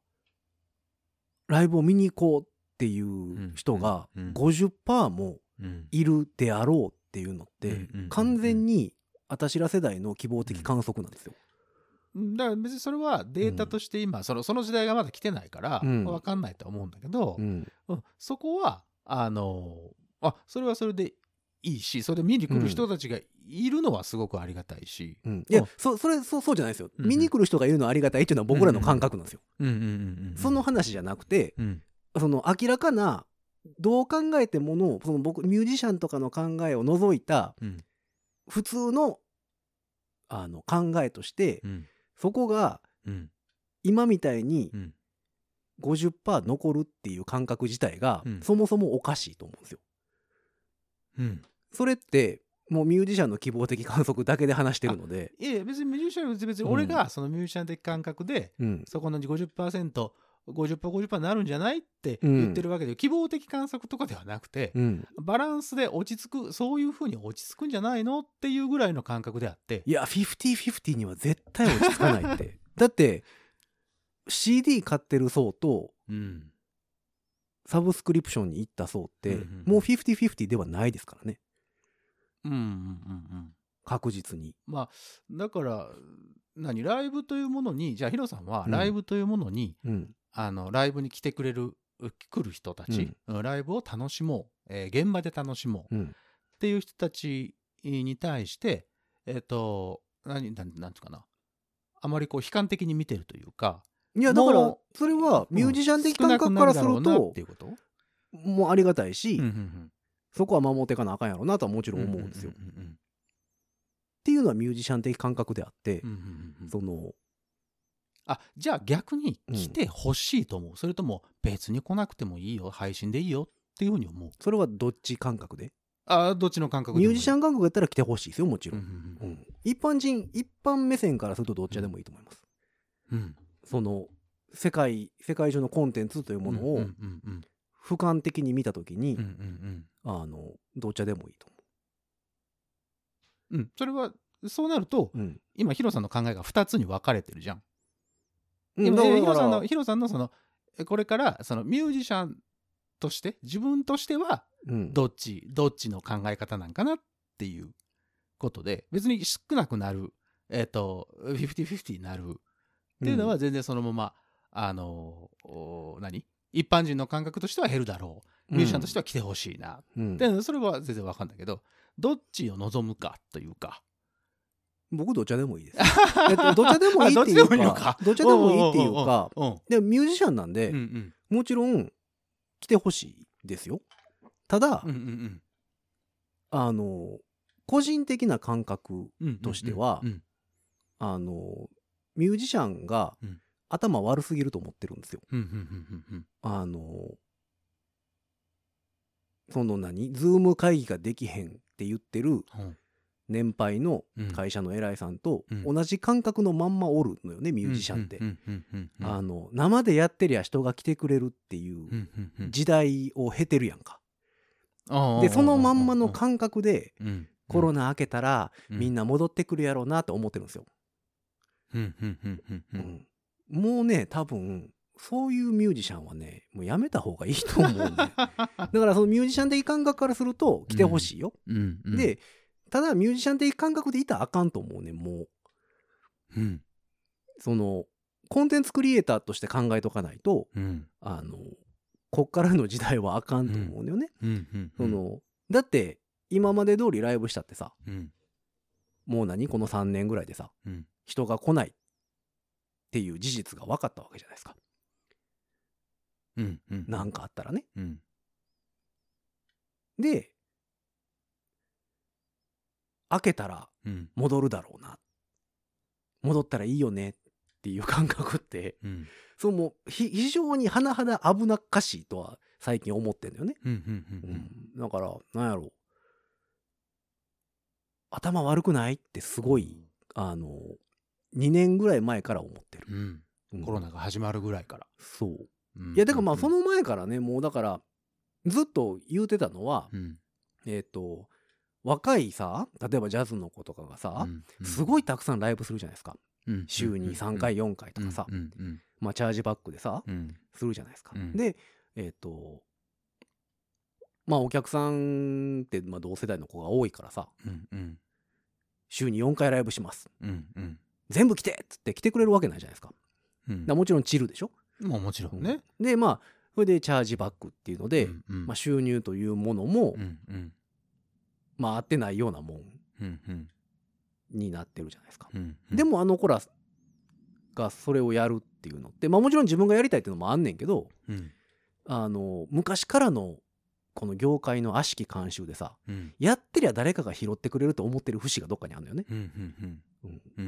Speaker 2: ライブを見に行こうっていう人が
Speaker 3: うんうんうん
Speaker 2: 50%も
Speaker 3: うんうん
Speaker 2: いるであろうっていうのって、
Speaker 3: うんうんうんうん
Speaker 2: 完全に私ら世代の希望的観測なんですよ。
Speaker 3: だから別にそれはデータとして今、そのその時代がまだ来てないから
Speaker 2: うん
Speaker 3: 分かんないと思うんだけど、
Speaker 2: うん
Speaker 3: うん、そこはあのあそれはそれでいいしそれで見に来る人たちがいるのはすごくありがたいし、
Speaker 2: うんいや、
Speaker 3: うん
Speaker 2: そそれそうそうじゃないですよ、
Speaker 3: うんうん
Speaker 2: 見に来る人がいるのはありがたいっていうのは僕らの感覚なんですよ、
Speaker 3: うんうんうんうん、
Speaker 2: その、話じゃなくて、
Speaker 3: うん
Speaker 2: その明らかなどう考えてものをその僕ミュージシャンとかの考えを除いた
Speaker 3: うん
Speaker 2: 普通のあの考えとして
Speaker 3: うん
Speaker 2: そこが
Speaker 3: うん
Speaker 2: 今みたいに
Speaker 3: うん、
Speaker 2: 50%残るっていう感覚自体が
Speaker 3: うん
Speaker 2: そもそもおかしいと思うんですよ。
Speaker 3: うん、
Speaker 2: それってもうミュージシャンの希望的観測だけで話してるので。
Speaker 3: いやいや別にミュージシャンは別に
Speaker 2: うん
Speaker 3: 俺がそのミュージシャン的感覚で、
Speaker 2: うん
Speaker 3: そこの 50%50%50% になるんじゃないって言ってるわけで、希望的観測とかではなくて、
Speaker 2: うん、
Speaker 3: バランスで落ち着くそういうふうに落ち着くんじゃないのっていうぐらいの感覚であって
Speaker 2: いや50/50には絶対落ち着かないって だって CD 買ってる層と
Speaker 3: うん
Speaker 2: サブスクリプションに行った層って、
Speaker 3: うんうんうん
Speaker 2: もう50/50ではないですからね
Speaker 3: うんうんうんうん
Speaker 2: 確実に。
Speaker 3: まあだから何ライブというものにじゃあヒロさんは
Speaker 2: うん
Speaker 3: ライブというものに、
Speaker 2: うん
Speaker 3: あのライブに来てくれるう来る人たち、うんライブを楽しもう、えー現場で楽しもうっ
Speaker 2: うん
Speaker 3: ていう人たちに対してえっ、と何何何つうかなあまりこう悲観的に見てるというか
Speaker 2: いやだから
Speaker 3: も
Speaker 2: それはミュージシャン的感
Speaker 3: う
Speaker 2: 覚
Speaker 3: ん
Speaker 2: からす
Speaker 3: 少な
Speaker 2: る
Speaker 3: くなだろうな
Speaker 2: と
Speaker 3: っていうこと、
Speaker 2: もうありがたいし、
Speaker 3: うんうん
Speaker 2: そこは守っていかなあかんやろなとはもちろ
Speaker 3: うんん
Speaker 2: 思うんですよ。っ
Speaker 3: うんうん
Speaker 2: ていうのはミュージシャン的感覚であって、
Speaker 3: うんうんうんうん
Speaker 2: その
Speaker 3: あじゃあ逆に来てほしいと思う、それとも別に来なくてもいいよ配信でいいよっていうふうに思う
Speaker 2: それはどっち感覚で
Speaker 3: あどっちの感覚
Speaker 2: ミュージシャ
Speaker 3: ン
Speaker 2: ン感覚やったら来てほしいですよもち
Speaker 3: う
Speaker 2: ろん,、
Speaker 3: ん
Speaker 2: うん一般人一般目線からするとどっちでもいいと思います。
Speaker 3: うん
Speaker 2: その世界世界中のコンテンツというもの
Speaker 3: うんう
Speaker 2: を
Speaker 3: んうん
Speaker 2: 俯瞰的に見た時に、
Speaker 3: うんうん
Speaker 2: あのどっちでもいいと思
Speaker 3: うんうんそれはそうなると
Speaker 2: う。うん
Speaker 3: 今ヒロさんの考えが2つに分かれてるじゃん
Speaker 2: うんだ
Speaker 3: 今
Speaker 2: から
Speaker 3: ヒロさんのヒロさんのそのえこれからそのミュージシャンとして自分としては
Speaker 2: うん
Speaker 3: どっちどっちの考え方なんかなっていうことで別に少なくなるえっ、と50-50になるっていうのは全然そのまま、あのお何一般人の感覚としては減るだろうミュージシャンとしては来てほしいな、
Speaker 2: うんうん
Speaker 3: でそれは全然わかんないけどどっちを望むかというか
Speaker 2: 僕どっちでもいいです。えっとどっちでもいいっていうか
Speaker 3: あ、
Speaker 2: どっちでもいいっていうか、
Speaker 3: うん
Speaker 2: でもミュージシャンなんで、
Speaker 3: うんうん
Speaker 2: もちろん来てほしいですよ。ただ、
Speaker 3: うんうん
Speaker 2: あの個人的な感覚、
Speaker 3: うん
Speaker 2: としては
Speaker 3: うん
Speaker 2: あのミュージシャンが
Speaker 3: うん
Speaker 2: 頭悪すぎると思ってるんですよ。
Speaker 3: うんうんうん
Speaker 2: あのその何ズーム会議ができへんって言ってる
Speaker 3: うん
Speaker 2: 年配の
Speaker 3: うん
Speaker 2: 会社の偉いさんと
Speaker 3: うん
Speaker 2: 同じ感覚のまんまおるのよね、ミュージシャンって。
Speaker 3: うんうんうんうん
Speaker 2: あの生でやってりゃ人が来てくれるっていううん
Speaker 3: うんうん
Speaker 2: 時代を経てるやんか。
Speaker 3: ああ
Speaker 2: でそのまんまの感覚で
Speaker 3: うん
Speaker 2: コロナ明けたらみん
Speaker 3: な
Speaker 2: な戻ってくるやろうなと思ってるんですよ。
Speaker 3: うんうんうんうんう
Speaker 2: うんんもうね多分そういうミュージシャンはねもうやめた方がいい と思うねだからそのミュージシャン的感覚からすると来てほしいよ。
Speaker 3: うんうん
Speaker 2: でただミュージシャン的感覚でいたらあかんと思うねんもう
Speaker 3: うん。
Speaker 2: そのコンテンツクリエイターとして考えとかないと
Speaker 3: うん。
Speaker 2: あのこっからの時代はあかんと思うのよね、
Speaker 3: うん。
Speaker 2: そのだって今まで通りライブしたってさ
Speaker 3: うん。
Speaker 2: もう何この3年ぐらいでさ
Speaker 3: うん。
Speaker 2: 人が来ないっていう事実が分かったわけじゃないですか
Speaker 3: うん。うん。
Speaker 2: なんかあったらね
Speaker 3: うん。
Speaker 2: で開けたら
Speaker 3: うん。
Speaker 2: 戻るだろうな戻ったらいいよねっていう感覚って
Speaker 3: うん。
Speaker 2: そうもうひ非常に甚だ危なっかしいとは最近思ってんだよね、
Speaker 3: うん。
Speaker 2: うんだからなんやろう頭悪くないってすごいあの2年ぐらい前から思ってる、
Speaker 3: うん。
Speaker 2: うん
Speaker 3: コロナが始まるぐらいから。
Speaker 2: そういやだからまあそ、の前からねもうだからずっと言うてたのは、
Speaker 3: うん。
Speaker 2: えっ、と若いさ例えばジャズの子とかがさ、すごいたくさんライブするじゃないですか週に3回4回とかさ、
Speaker 3: うん。うん。
Speaker 2: まあ、チャージバックでさ、
Speaker 3: うん。
Speaker 2: するじゃないですか。
Speaker 3: うん
Speaker 2: でえっ、とまあお客さんって、まあ、同世代の子が多いからさ
Speaker 3: うん。うん。
Speaker 2: 週に4回ライブします
Speaker 3: うん。うん。
Speaker 2: 全部来てっつって来てくれるわけないじゃないですか。だか
Speaker 3: うん
Speaker 2: らもちろんチルでしょ。
Speaker 3: まあもちろんね。
Speaker 2: でまあそれでチャージバックっていうので、
Speaker 3: うんうん
Speaker 2: まあ、収入というものも、
Speaker 3: うんうん
Speaker 2: まあ合ってないようなもん
Speaker 3: うんうん
Speaker 2: になってるじゃないですか。
Speaker 3: うんうん
Speaker 2: でもあの子らがそれをやるっていうのってまあもちろん自分がやりたいっていうのもあんねんけど
Speaker 3: うん
Speaker 2: あの昔からのこの業界の悪しき慣習でさ
Speaker 3: うん
Speaker 2: やってりゃ誰かが拾ってくれると思ってる節がどっかにあるのよね。
Speaker 3: うんうん
Speaker 2: うん
Speaker 3: うん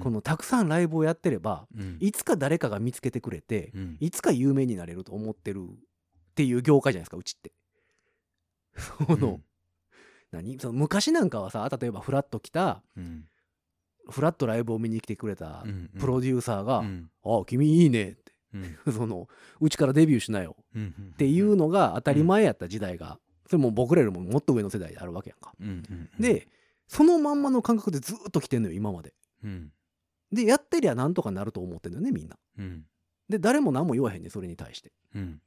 Speaker 2: このたくさんライブをやってれば
Speaker 3: うん
Speaker 2: いつか誰かが見つけてくれて
Speaker 3: うん
Speaker 2: いつか有名になれると思ってるっていう業界じゃないですかうちって。その、何その昔なんかはさ例えばフラッと来た
Speaker 3: うん
Speaker 2: フラッとライブを見に来てくれた
Speaker 3: うん
Speaker 2: プロデューサーが「
Speaker 3: うん
Speaker 2: ああ君いいね」って
Speaker 3: うん
Speaker 2: 「そのうちからデビューしなよ」
Speaker 3: うんうん
Speaker 2: っていうのが当たり前やった時代がそれもう僕らよりももっと上の世代であるわけやんか。
Speaker 3: うんうん
Speaker 2: でそのまんまの感覚でずっと来てんのよ今まで。
Speaker 3: うん
Speaker 2: でやってりゃなんとかなると思ってんのよねみんな。
Speaker 3: うん
Speaker 2: で誰も何も言わへんねんそれに対して。
Speaker 3: うん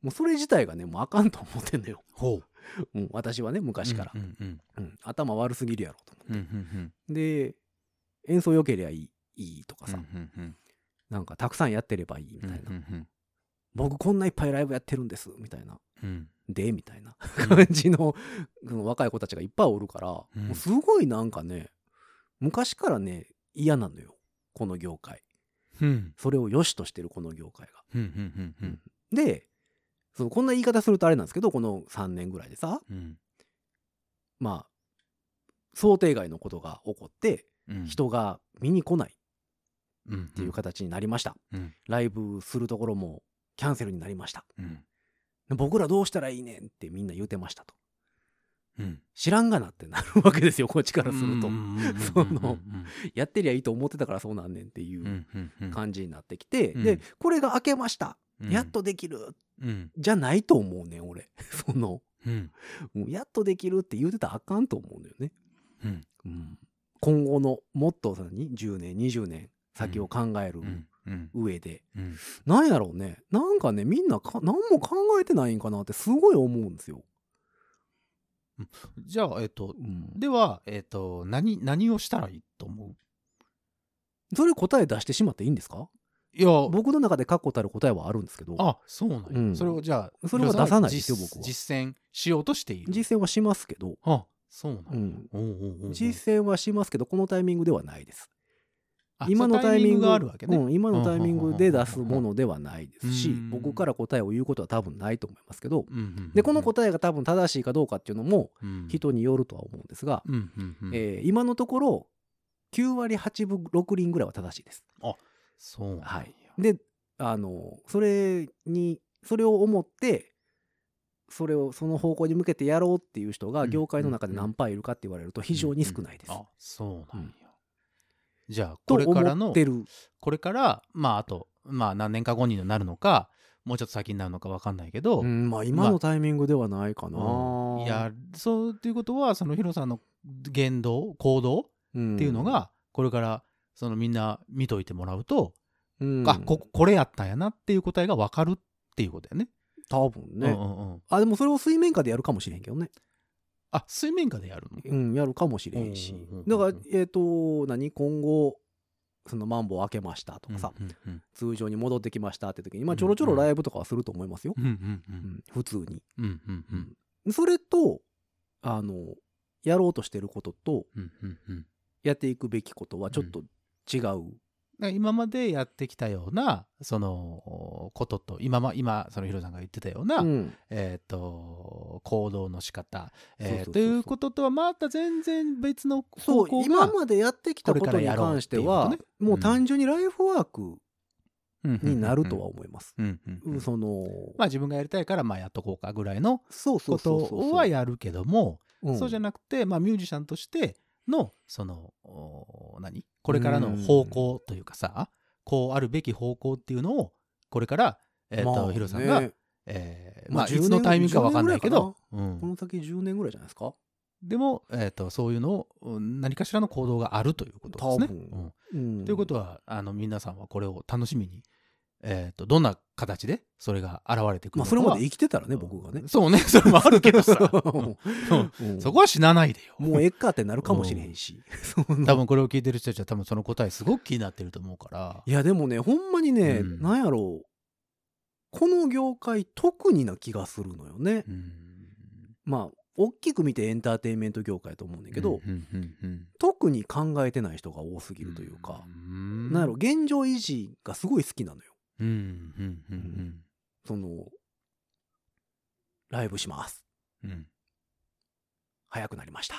Speaker 2: もうそれ自体がねもうあかんと思ってんのよ。
Speaker 3: ほう
Speaker 2: うん、私はね昔から、
Speaker 3: うんうん
Speaker 2: うん頭悪すぎるやろと思って。
Speaker 3: うんうん
Speaker 2: で演奏良けりゃいいいいとか
Speaker 3: うん
Speaker 2: さ、
Speaker 3: うんうん
Speaker 2: なんかたくさんやってればいいみたいな、
Speaker 3: うんうん
Speaker 2: 僕こんないっぱいライブやってるんですみたいな
Speaker 3: うん
Speaker 2: でみたいな感じのその若い子たちがいっぱいおるから、
Speaker 3: うん
Speaker 2: もうすごいなんかね昔からね嫌なのよこの業界
Speaker 3: うん
Speaker 2: それを良しとしてるこの業界が。
Speaker 3: うんうんうん
Speaker 2: でそのこんな言い方するとあれなんですけどこの3年ぐらいでさ
Speaker 3: うん
Speaker 2: まあ想定外のことが起こって
Speaker 3: うん
Speaker 2: 人が見に来ない
Speaker 3: っ
Speaker 2: っていう形になりました、
Speaker 3: うん
Speaker 2: ライブするところもキャンセルになりました
Speaker 3: うん
Speaker 2: 僕らどうしたらいいねんってみんな言うてましたと
Speaker 3: うん
Speaker 2: 知らんがなってなるわけですよこっちからすると、
Speaker 3: うんうん
Speaker 2: その
Speaker 3: うん
Speaker 2: やってりゃいいと思ってたからそうなんねんってい
Speaker 3: うん
Speaker 2: う
Speaker 3: うんうん
Speaker 2: 感じになってきて、
Speaker 3: うん
Speaker 2: でこれが明けました、
Speaker 3: うん
Speaker 2: やっとできる
Speaker 3: うん
Speaker 2: じゃないと思うねん俺 その
Speaker 3: うん
Speaker 2: うんやっとできるって言うてたらあかんと思うのよね、
Speaker 3: うん
Speaker 2: うん今後のもっと何10年20年先を考える
Speaker 3: うんうん
Speaker 2: 上で、
Speaker 3: うん
Speaker 2: なんやろうねなんかねみんなか何も考えてないんかなってすごい思うんですよ。
Speaker 3: じゃあえっと
Speaker 2: うん、
Speaker 3: では、えっ、と、何、何をしたらいいと思う
Speaker 2: それ答え出してしまっていいんですか
Speaker 3: いや、
Speaker 2: 僕の中で確固たる答えはあるんですけど
Speaker 3: あ、そうなんや、
Speaker 2: うん
Speaker 3: それをじゃあ、
Speaker 2: それは出さないですよ
Speaker 3: 実
Speaker 2: 僕は
Speaker 3: 実践しようとしている。
Speaker 2: 実践はしますけど、
Speaker 3: あ、そうなん
Speaker 2: う
Speaker 3: や、
Speaker 2: ん、
Speaker 3: おうおうおう
Speaker 2: 実践はしますけどこのタイミングではないです。
Speaker 3: あ
Speaker 2: 今の
Speaker 3: そう
Speaker 2: タイミング
Speaker 3: があるわけね。
Speaker 2: うん、今のタイミングで出すものではないです
Speaker 3: う
Speaker 2: し
Speaker 3: ん
Speaker 2: 僕から答えを言うことは多分ないと思いますけど
Speaker 3: うんうんうん
Speaker 2: でこの答えが多分正しいかどうかっていうのも
Speaker 3: うん、
Speaker 2: 人によるとは思うんですが、
Speaker 3: うんうんうん
Speaker 2: えー今のところ9割8分6厘ぐらいは正しいです。
Speaker 3: そうなんや
Speaker 2: はい、であのそれにそれを思ってそれをその方向に向けてやろうっていう人
Speaker 3: う
Speaker 2: が
Speaker 3: ん
Speaker 2: 業界の中で何パーいるかって言われると非常に少ないです。
Speaker 3: うんうんあ、そうなんや、じゃあ、
Speaker 2: と
Speaker 3: これから
Speaker 2: 思っ
Speaker 3: の
Speaker 2: て、る
Speaker 3: これから、まあ、あと、まあ、何年か後になるのか、もうちょっと先になるのか分かんないけど、
Speaker 2: うんまあ今のタイミングではないかな。
Speaker 3: うんいやそうっていうことはそのヒロさんの言動行動
Speaker 2: ん
Speaker 3: っていうの、が、これからそのみんな見といてもらうと、
Speaker 2: うん
Speaker 3: あここれやったんやなっていう答えが分かるっていうことやね。
Speaker 2: 多分ね、
Speaker 3: うんうんうん
Speaker 2: あでもそれを水面下でやるかもしれへんけどね。
Speaker 3: あ、水面下でやるの
Speaker 2: うん、やるかもしれへんし
Speaker 3: うんうんうんう。ん
Speaker 2: だから、えっ、と、何今後、そのマンボウ開けましたとかさ、
Speaker 3: うんうん
Speaker 2: 通常に戻ってきましたって時に、ま
Speaker 3: う
Speaker 2: あ、
Speaker 3: ん
Speaker 2: ちょろちょろライブとかはすると思いますよ。
Speaker 3: うんうんう
Speaker 2: うんん、普通に。
Speaker 3: うんうんうん
Speaker 2: それと、あの、やろうとしてることと、
Speaker 3: うんうんうん
Speaker 2: やっていくべきことはちょっと違う。
Speaker 3: だから今までやってきたようなそのことと今ま今そのヒロさんが言ってたような、
Speaker 2: うん
Speaker 3: えー、と行動の仕方えー
Speaker 2: そうそうそうそう
Speaker 3: ということとはまた全然別の
Speaker 2: そ
Speaker 3: 方
Speaker 2: う
Speaker 3: 向が
Speaker 2: 今までやってきたことに関しては
Speaker 3: これからやろうっていうこ
Speaker 2: もう単純にライフワークになるとは
Speaker 3: は
Speaker 2: 思います。
Speaker 3: うんうんうん
Speaker 2: うんその
Speaker 3: まあ自分がやりたいからまあやっとこうかぐらいの
Speaker 2: そうそ
Speaker 3: こ
Speaker 2: うそうそう
Speaker 3: とはやるけども
Speaker 2: うん
Speaker 3: そうじゃなくてまあミュージシャンとしてのそのお何これからの方向というかさこうあるべき方向っていうのをこれからえー
Speaker 2: ま
Speaker 3: と
Speaker 2: あ
Speaker 3: ヒロさんが
Speaker 2: ね
Speaker 3: えー
Speaker 2: ま
Speaker 3: ま
Speaker 2: あ
Speaker 3: あいつのタイミングか分かんないけ
Speaker 2: 10
Speaker 3: ど
Speaker 2: 年
Speaker 3: うん
Speaker 2: この先10年ぐらいじゃないですか。
Speaker 3: でも、えー、とそういうのをうん何かしらの行動があるということですね。
Speaker 2: 多分
Speaker 3: うん
Speaker 2: うん
Speaker 3: ということはあの皆さんはこれを楽しみに、えー、とどんな形でそれが現れてくる
Speaker 2: まあ
Speaker 3: の
Speaker 2: そ
Speaker 3: か
Speaker 2: れ
Speaker 3: は、
Speaker 2: まで生きてたらね僕 がね。
Speaker 3: そうね それもあるけ どさ、うん
Speaker 2: うん
Speaker 3: そこは死なないでよ。
Speaker 2: もうええかってなるかもしれへんし。その
Speaker 3: 多分これを聞いてる人たちは多分その答えすごく気になってると思うから
Speaker 2: いやでもねほんまにね、
Speaker 3: うん
Speaker 2: なんやろうこの業界特にな気がするのよね。
Speaker 3: うん
Speaker 2: まあ大きく見てエンターテインメント業界と思うんだけど、
Speaker 3: うんうんうん
Speaker 2: 特に考えてない人が多すぎ
Speaker 3: うん
Speaker 2: るというか、
Speaker 3: ん
Speaker 2: なんやろ現状維持がすごい好きなのよ。
Speaker 3: うんうんうん
Speaker 2: そのライブします
Speaker 3: うんうん
Speaker 2: 早くなりました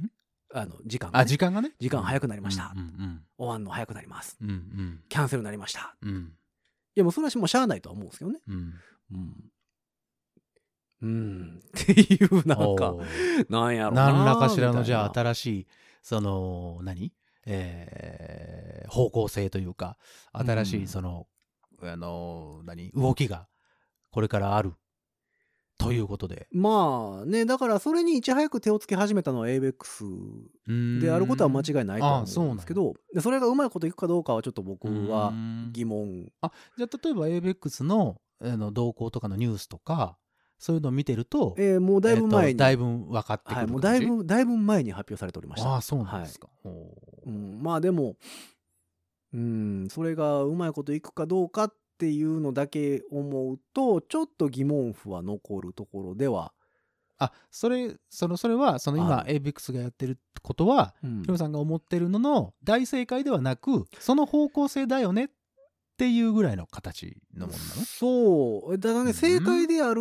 Speaker 3: ん。
Speaker 2: あの時間がね、
Speaker 3: あ時間がね
Speaker 2: 時間早くなりました
Speaker 3: うんうん
Speaker 2: 終わんの早くなります。
Speaker 3: うんうん
Speaker 2: キャンセルになりました。
Speaker 3: うんうん
Speaker 2: いやもうそれはしもうしゃあないとは思うんですけどね。
Speaker 3: うん
Speaker 2: うん。うん、っていうなんか
Speaker 3: お。ー
Speaker 2: なんやろな
Speaker 3: 何らかしらのじゃあ
Speaker 2: みたいな
Speaker 3: 新しいその何えー方向性というか新し
Speaker 2: う
Speaker 3: い
Speaker 2: ん
Speaker 3: その、あの何動きがこれからあるということで
Speaker 2: まあねだからそれにいち早く手をつけ始めたのは ABEX であることは間違いないと
Speaker 3: あ
Speaker 2: は
Speaker 3: そ
Speaker 2: 思う
Speaker 3: うな
Speaker 2: んん
Speaker 3: や
Speaker 2: ですけどでそれがうまいこといくかどうかはちょっと僕は
Speaker 3: うん
Speaker 2: 疑問
Speaker 3: じゃあ例えば ABEX のあの動向とかのニュースとかそういうのを見てると、
Speaker 2: えーもうだいぶ前
Speaker 3: えー
Speaker 2: に、
Speaker 3: とだいぶ分かってくる
Speaker 2: はい、もうだ
Speaker 3: 感
Speaker 2: い
Speaker 3: じ
Speaker 2: ぶだいぶ前に発表されておりました
Speaker 3: ああそうなんですか、ほ
Speaker 2: は
Speaker 3: う
Speaker 2: いうん、まあでもうんそれがうまいこといくかどうかっていうのだけ思うとちょっと疑問符は残るところでは、
Speaker 3: あそれそのそれはその今
Speaker 2: あ
Speaker 3: ABEX がやってることは
Speaker 2: うん
Speaker 3: ヒロさんが思ってるのの大正解ではなくその方向性だよねっていうぐらいの形のものなの
Speaker 2: そうだから
Speaker 3: うん
Speaker 2: ね正解である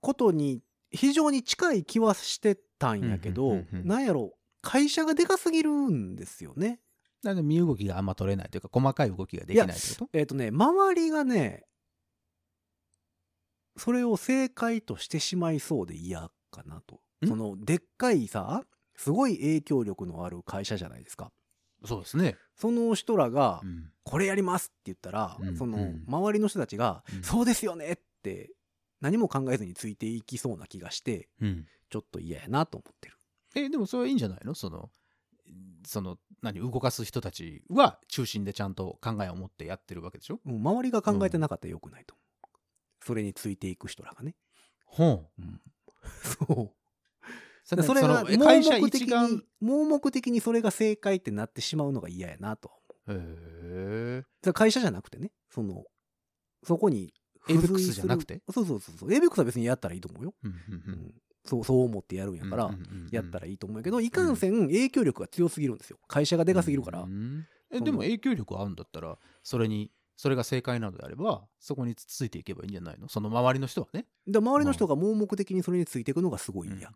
Speaker 2: ことに非常に近い気はしてたんやけ
Speaker 3: うんう
Speaker 2: ど
Speaker 3: んうんうん
Speaker 2: なんやろ会社がでかすぎるんですよね。
Speaker 3: なんで身動きがあんま取れないというか細かい動きができないってこと
Speaker 2: えっ、とね周りがねそれを正解としてしまいそうで嫌かなと。
Speaker 3: ん
Speaker 2: そのでっかいさすごい影響力のある会社じゃないですか。
Speaker 3: そうですね、
Speaker 2: その人らが
Speaker 3: う、ん
Speaker 2: これやりますって言ったら、
Speaker 3: うん
Speaker 2: その
Speaker 3: うん
Speaker 2: 周りの人たちが、
Speaker 3: うん
Speaker 2: そうですよねって何も考えずについていきそうな気がして
Speaker 3: うん
Speaker 2: ちょっと嫌やなと思ってる
Speaker 3: えでもそれはいいんじゃないのそのその何動かす人たちは中心でちゃんと考えを持ってやってるわけでしょ
Speaker 2: うん周りが考えてなかったらよくないと思う、それについていく人らがね、
Speaker 3: ほん
Speaker 2: そう
Speaker 3: そ
Speaker 2: でそれ
Speaker 3: の
Speaker 2: が
Speaker 3: え
Speaker 2: 盲
Speaker 3: 会社
Speaker 2: 目的
Speaker 3: 一丸
Speaker 2: に盲目的にそれが正解ってなってしまうのが嫌やなとは思う
Speaker 3: へえ
Speaker 2: それ会社じゃなくてねそのそこに付随
Speaker 3: ABEX
Speaker 2: す
Speaker 3: じ
Speaker 2: る
Speaker 3: ゃなくて
Speaker 2: そうそうそうそう ABEX は別にやったらいいと思うよ、
Speaker 3: うんう
Speaker 2: うんんそうそう思ってやるん
Speaker 3: う
Speaker 2: や
Speaker 3: ん
Speaker 2: から、
Speaker 3: うんうんうん
Speaker 2: やったらいいと思うけど、いかんせん影響力が強すぎるんですよ。会社がでかすぎるから。
Speaker 3: うんえ
Speaker 2: その
Speaker 3: でも影響力あるんだったらそれにそれが正解なのであればそこにつついていけばいいんじゃないのその周りの人はね
Speaker 2: で周りの人が盲目的にそれについていくのがすごい嫌。
Speaker 3: うん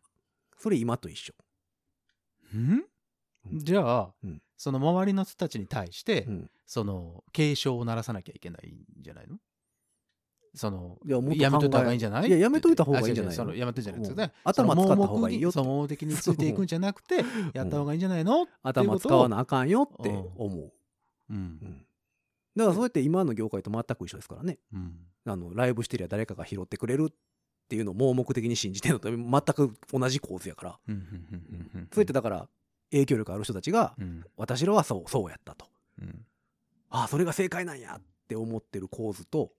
Speaker 2: それ今と一緒。
Speaker 3: んじゃあ、
Speaker 2: うん
Speaker 3: その周りの人たちに対して、
Speaker 2: うん
Speaker 3: その警鐘を鳴らさなきゃいけないんじゃないのその
Speaker 2: いやもっと考え
Speaker 3: やめといた方がいいんじゃない
Speaker 2: いややめといた方がいいんじゃない
Speaker 3: あ違う違うそのやめといた方がいいんじゃな
Speaker 2: う
Speaker 3: い
Speaker 2: ん頭使った方がいいよって
Speaker 3: その盲目にそう盲目についていくんじゃなくてやった方がいいんじゃないの、
Speaker 2: 頭使わなあかんよって思
Speaker 3: う
Speaker 2: う。うんんだからそうやって今の業界と全く一緒ですからね。
Speaker 3: うん、
Speaker 2: あのライブしてりゃ誰かが拾ってくれるっていうのを盲目的に信じてるのと全く同じ構図やから。
Speaker 3: うんうんうんうん
Speaker 2: そうやってだから影響力ある人たちが、
Speaker 3: うん
Speaker 2: 私らはそうそうやったと。
Speaker 3: うん
Speaker 2: あそれが正解なんやって思ってる構図と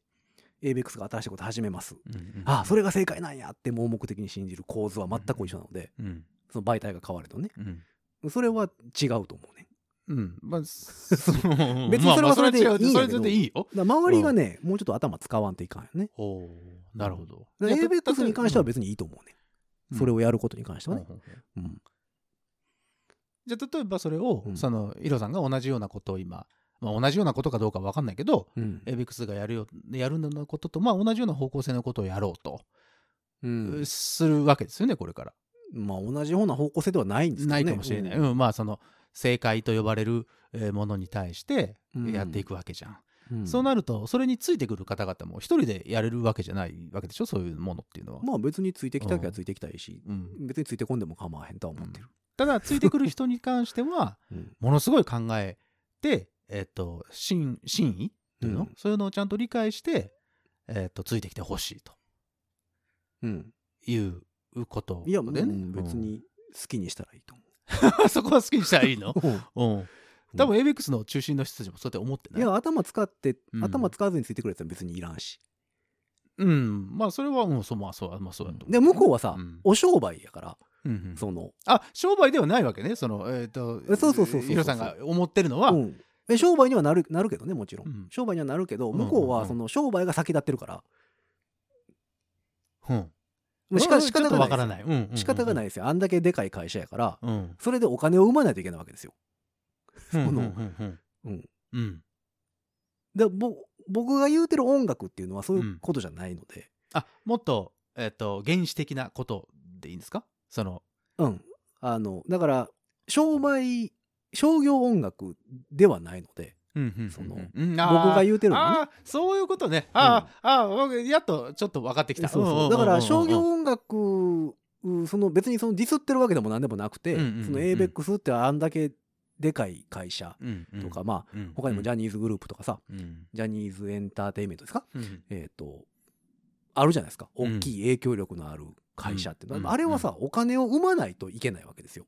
Speaker 2: エイベックスが新しいこと始めます。
Speaker 3: うん
Speaker 2: ああそれが正解なんやって盲目的に信じる構図は全く一緒なので、
Speaker 3: うん
Speaker 2: その媒体が変わるとね
Speaker 3: うん
Speaker 2: それは違うと思うね
Speaker 3: うんま あその
Speaker 2: 別にそれはそれでいいんやけど
Speaker 3: まあまあそれは違うそれはそれでいいよ
Speaker 2: だから周りがね、もうちょっと頭使わんといかんよね
Speaker 3: おーなるほど
Speaker 2: だからエイベックスに関しては別にいいと思うね、それをやることに関してはね、
Speaker 3: うん
Speaker 2: うん
Speaker 3: じゃあ例えばそれを、
Speaker 2: うん
Speaker 3: そのイロさんが同じようなことを今、まあ、同じようなことかどうか分かんないけど
Speaker 2: うん
Speaker 3: エイベックスがやるよやるようなことと、まあ、同じような方向性のことをやろうと、
Speaker 2: うん
Speaker 3: するわけですよねこれから。
Speaker 2: まあ同じような方向性ではないんですけど
Speaker 3: な
Speaker 2: ね
Speaker 3: いかもしれない、
Speaker 2: うん
Speaker 3: うんまあその正解と呼ばれるえーものに対して
Speaker 2: うん
Speaker 3: やっていくわけじゃん、
Speaker 2: うん
Speaker 3: そうなるとそれについてくる方々も一人でやれるわけじゃないわけでしょそういうものっていうのは、
Speaker 2: まあ別についてきたきゃついてきたいし、
Speaker 3: うん、
Speaker 2: 別についてこんでも構わへんとは思ってる、
Speaker 3: ただついてくる人に関しては
Speaker 2: うん
Speaker 3: ものすごい考えて、えっと真真意っていうの、
Speaker 2: うん
Speaker 3: そういうのをちゃんと理解して、えっとついてきてほしいと
Speaker 2: うん
Speaker 3: いうこと
Speaker 2: いや、
Speaker 3: で
Speaker 2: う
Speaker 3: ね、
Speaker 2: ん別 に好きにしたらいいと
Speaker 3: うんそこは好きにしたらい いの、
Speaker 2: 思う、
Speaker 3: うん、多分エイベックスの中心の人たちもそうやって思ってない
Speaker 2: いや頭使って、
Speaker 3: うん
Speaker 2: 頭使わずについてくるやつは別にいらんし
Speaker 3: うん、まあそれはもうそうまあそうまあそうだと思う。
Speaker 2: で向こうはさ、
Speaker 3: うん
Speaker 2: お商売やから、
Speaker 3: うんうん
Speaker 2: その、
Speaker 3: あ商売ではないわけねそのえっ、と
Speaker 2: えそうそうそうそうそう
Speaker 3: ヒロさんが思ってるのは、
Speaker 2: うんで商売にはなるなるけどねもちろん、
Speaker 3: うん
Speaker 2: 商売にはなるけど
Speaker 3: うんうんう
Speaker 2: 向
Speaker 3: ん
Speaker 2: こうはその商売が先立ってるから、
Speaker 3: うん
Speaker 2: もうしか仕
Speaker 3: ちょ
Speaker 2: 方
Speaker 3: っと
Speaker 2: が
Speaker 3: わから
Speaker 2: ない
Speaker 3: ない、うんうんうんう
Speaker 2: で
Speaker 3: ん
Speaker 2: す仕方がないですよあんだけでかい会社やから
Speaker 3: うん
Speaker 2: それでお金を生まないといけないわけですよ
Speaker 3: うん
Speaker 2: その
Speaker 3: うんうん
Speaker 2: うん
Speaker 3: うん
Speaker 2: でぼ僕が言うてる音楽っていうのはそういうことじゃないので、
Speaker 3: あもっとえっ、と原始的なことでいいんですかその
Speaker 2: うんあのだから商売商業音楽ではないので
Speaker 3: うんうん
Speaker 2: その
Speaker 3: うんうんあー
Speaker 2: 僕が言うてるのはね
Speaker 3: あーそういうことねあー、あー僕やっとちょっと分かってきた
Speaker 2: そうそうだから商業音楽うその別にそのディスってるわけでも何でもなくて、
Speaker 3: うんうんうん
Speaker 2: その ABEX ってあんだけでかい会社と
Speaker 3: と
Speaker 2: か、まあ
Speaker 3: うん
Speaker 2: 他にもジ
Speaker 3: ゃ
Speaker 2: ャニーズグループとかさ、
Speaker 3: うん
Speaker 2: ジャニーズエンターテインメントですか
Speaker 3: うん
Speaker 2: えっ、とあるじゃないですか
Speaker 3: うん
Speaker 2: 大きい影響力のある会社って、
Speaker 3: うん
Speaker 2: あれはさ、お金を生まないといけないわけですよ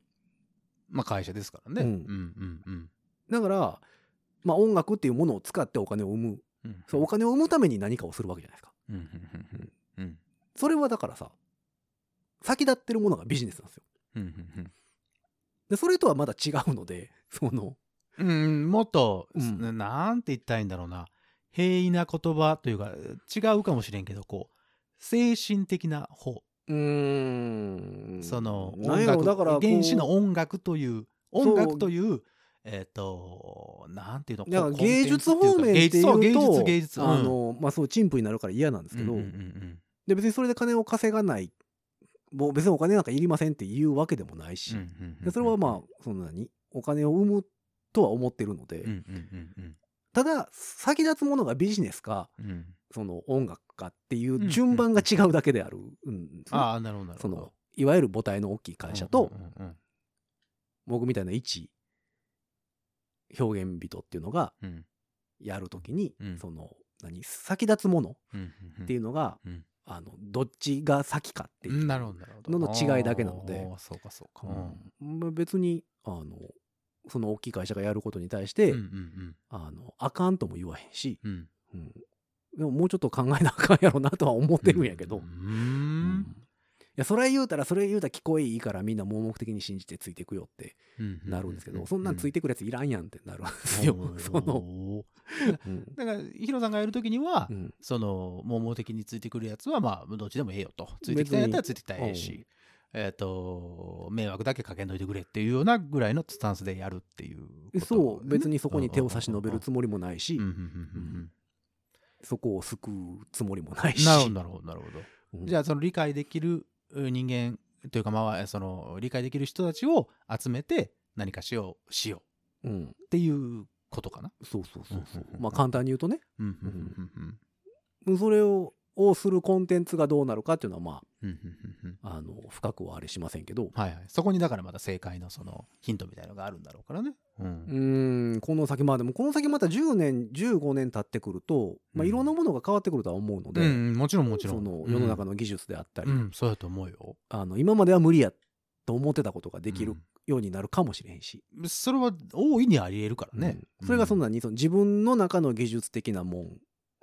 Speaker 3: まあ会社ですからね、
Speaker 2: うん
Speaker 3: うんうん
Speaker 2: だから、まあ、音楽っていうものを使ってお金を生む
Speaker 3: うん
Speaker 2: そうお金を生むために何かをするわけじゃないですか
Speaker 3: うんうんうんうん
Speaker 2: それはだからさ先立ってるものがビジネスなんですよ
Speaker 3: うんうん
Speaker 2: でそれとはまだ違うのでその
Speaker 3: うんうんもっと、
Speaker 2: うん
Speaker 3: ななんて言ったらいいんだろうな平易な言葉というか違うかもしれんけどこう精神的な方、
Speaker 2: うーん
Speaker 3: その
Speaker 2: なんやろだからこう
Speaker 3: 原始の音楽という
Speaker 2: そう
Speaker 3: 音楽というえっ、となんていうの
Speaker 2: だから
Speaker 3: こうコンテ
Speaker 2: 芸
Speaker 3: ンツ
Speaker 2: 術方面っていうと
Speaker 3: 芸術そう芸術芸術
Speaker 2: あのまあそう陳腐になるから嫌なんですけど、
Speaker 3: うんうんうん
Speaker 2: で別にそれで金を稼がないもう別にお金なんかいりませんっていうわけでもないし、
Speaker 3: うんうんうんうん
Speaker 2: でそれはまあそんなにお金を生むとは思ってるので、
Speaker 3: うんうんうん
Speaker 2: ただ先立つものがビジネスか
Speaker 3: うんうん
Speaker 2: その音楽かっていう順番が違うだけである、うんその
Speaker 3: ああなるほどなる
Speaker 2: そ
Speaker 3: ほど
Speaker 2: のいわゆる母体の大きい会社と、
Speaker 3: うんうん
Speaker 2: 僕みたいな一表現人っていうのが
Speaker 3: うん
Speaker 2: やるときに、
Speaker 3: うん
Speaker 2: その何先立つものっ
Speaker 3: うんうんうん
Speaker 2: ていうのが、
Speaker 3: うん
Speaker 2: あのどっちが先かっていう、
Speaker 3: なるほどなるほど
Speaker 2: のの違いだけなので
Speaker 3: あーそうかそうか、
Speaker 2: うんまあ別にあのその大きい会社がやることに対して、
Speaker 3: うんうん
Speaker 2: あのあかんとも言わへんし、
Speaker 3: うんうん
Speaker 2: うんでももうちょっと考えなあかんやろなとは思ってるんやけど、
Speaker 3: うー
Speaker 2: うんんいやそれ言うたらそれ言うたら聞こえいいからみんな盲目的に信じてついていくよってなるんですけど、そんなんつい
Speaker 3: て
Speaker 2: てくるやついらんやんってなるんですよ、 その、うん
Speaker 3: だからヒロさんがやるときには、
Speaker 2: うん
Speaker 3: その盲目的についてくるやつはまあどっちでもええよとついてきたんやったらついてきたらええし、えっ、と迷惑だけかけんといてくれっていうようなぐらいのスタンスでやるっていうこと、
Speaker 2: そう別にそこに手を差し伸べるつもりもないし、
Speaker 3: うんうんうんうんうん
Speaker 2: そこを救うつもりもないし
Speaker 3: なるほどなるほどなるほど
Speaker 2: うん
Speaker 3: じゃあその理解できるう人間というかまあその理解できる人たちを集めて何かしようしよ
Speaker 2: うん
Speaker 3: うっていうことかな。
Speaker 2: そうそうそうそう
Speaker 3: うん
Speaker 2: まあ簡単に言うとね
Speaker 3: うんうんうんうん
Speaker 2: それををするコンテンツがどうなるかっていうのはま
Speaker 3: うんうんうんうん
Speaker 2: ああの深くはあれしませんけど
Speaker 3: はいはい、そこにだからまた正解のそのヒントみたいのがあるんだろうからね。う
Speaker 2: うんーんこの先まあでもこの先また10年15年経ってくると、まあ、
Speaker 3: うん
Speaker 2: いろんなものが変わってくるとは思うの
Speaker 3: う
Speaker 2: で、
Speaker 3: んうんもちろんもちろん。
Speaker 2: その世の中
Speaker 3: の、
Speaker 2: の技術であったり、
Speaker 3: うんそうやと思うよ。
Speaker 2: あの今までは無理やと思ってたことができ
Speaker 3: う
Speaker 2: る
Speaker 3: ん
Speaker 2: ようになるかもしれへんし、
Speaker 3: それは大いにありえるからね。
Speaker 2: うんそれがそん
Speaker 3: な、
Speaker 2: なにその自分の中の技術的なも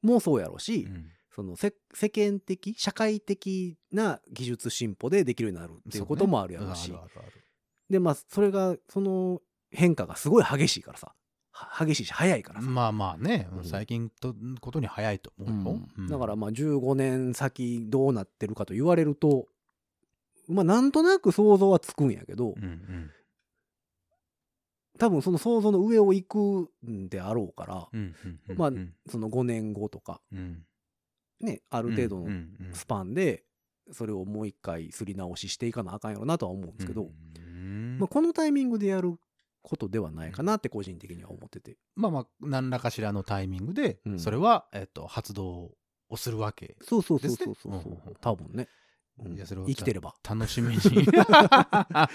Speaker 2: んもそうやろうし、
Speaker 3: うん
Speaker 2: そのせ世間的社会的な技術進歩でできるようになるっていうこともあるやろうし
Speaker 3: そうねうんあるあるある
Speaker 2: でまあそれがその変化がすごい激しいからさは激しいし早いからさ、
Speaker 3: まあまあね、
Speaker 2: うん
Speaker 3: 最近とことに早いと思うよ、うん
Speaker 2: だからまあ15年先どうなってるかと言われるとまあなんとなく想像はつくんやけど、
Speaker 3: うんうん
Speaker 2: 多分その想像の上を行くんであろうから、
Speaker 3: うんうんうん
Speaker 2: まあ
Speaker 3: うん
Speaker 2: その5年後とか
Speaker 3: うん
Speaker 2: ねある程度
Speaker 3: うんう
Speaker 2: の
Speaker 3: んうん
Speaker 2: スパンでそれをもう一回すり直ししていかなあかんやろなとは思うんですけど、
Speaker 3: うん
Speaker 2: まあ、このタイミングでやることではないかなって個人的には思ってて。
Speaker 3: まあまあ何らかしらのタイミングで
Speaker 2: うん
Speaker 3: それは、えっと発動をするわけ
Speaker 2: そうそうそう
Speaker 3: です
Speaker 2: そ
Speaker 3: ね
Speaker 2: うそうそう、
Speaker 3: うんうんうん
Speaker 2: 多分ね、うん
Speaker 3: いやそれは
Speaker 2: 生きてれば
Speaker 3: 楽し みに
Speaker 2: 生きてれば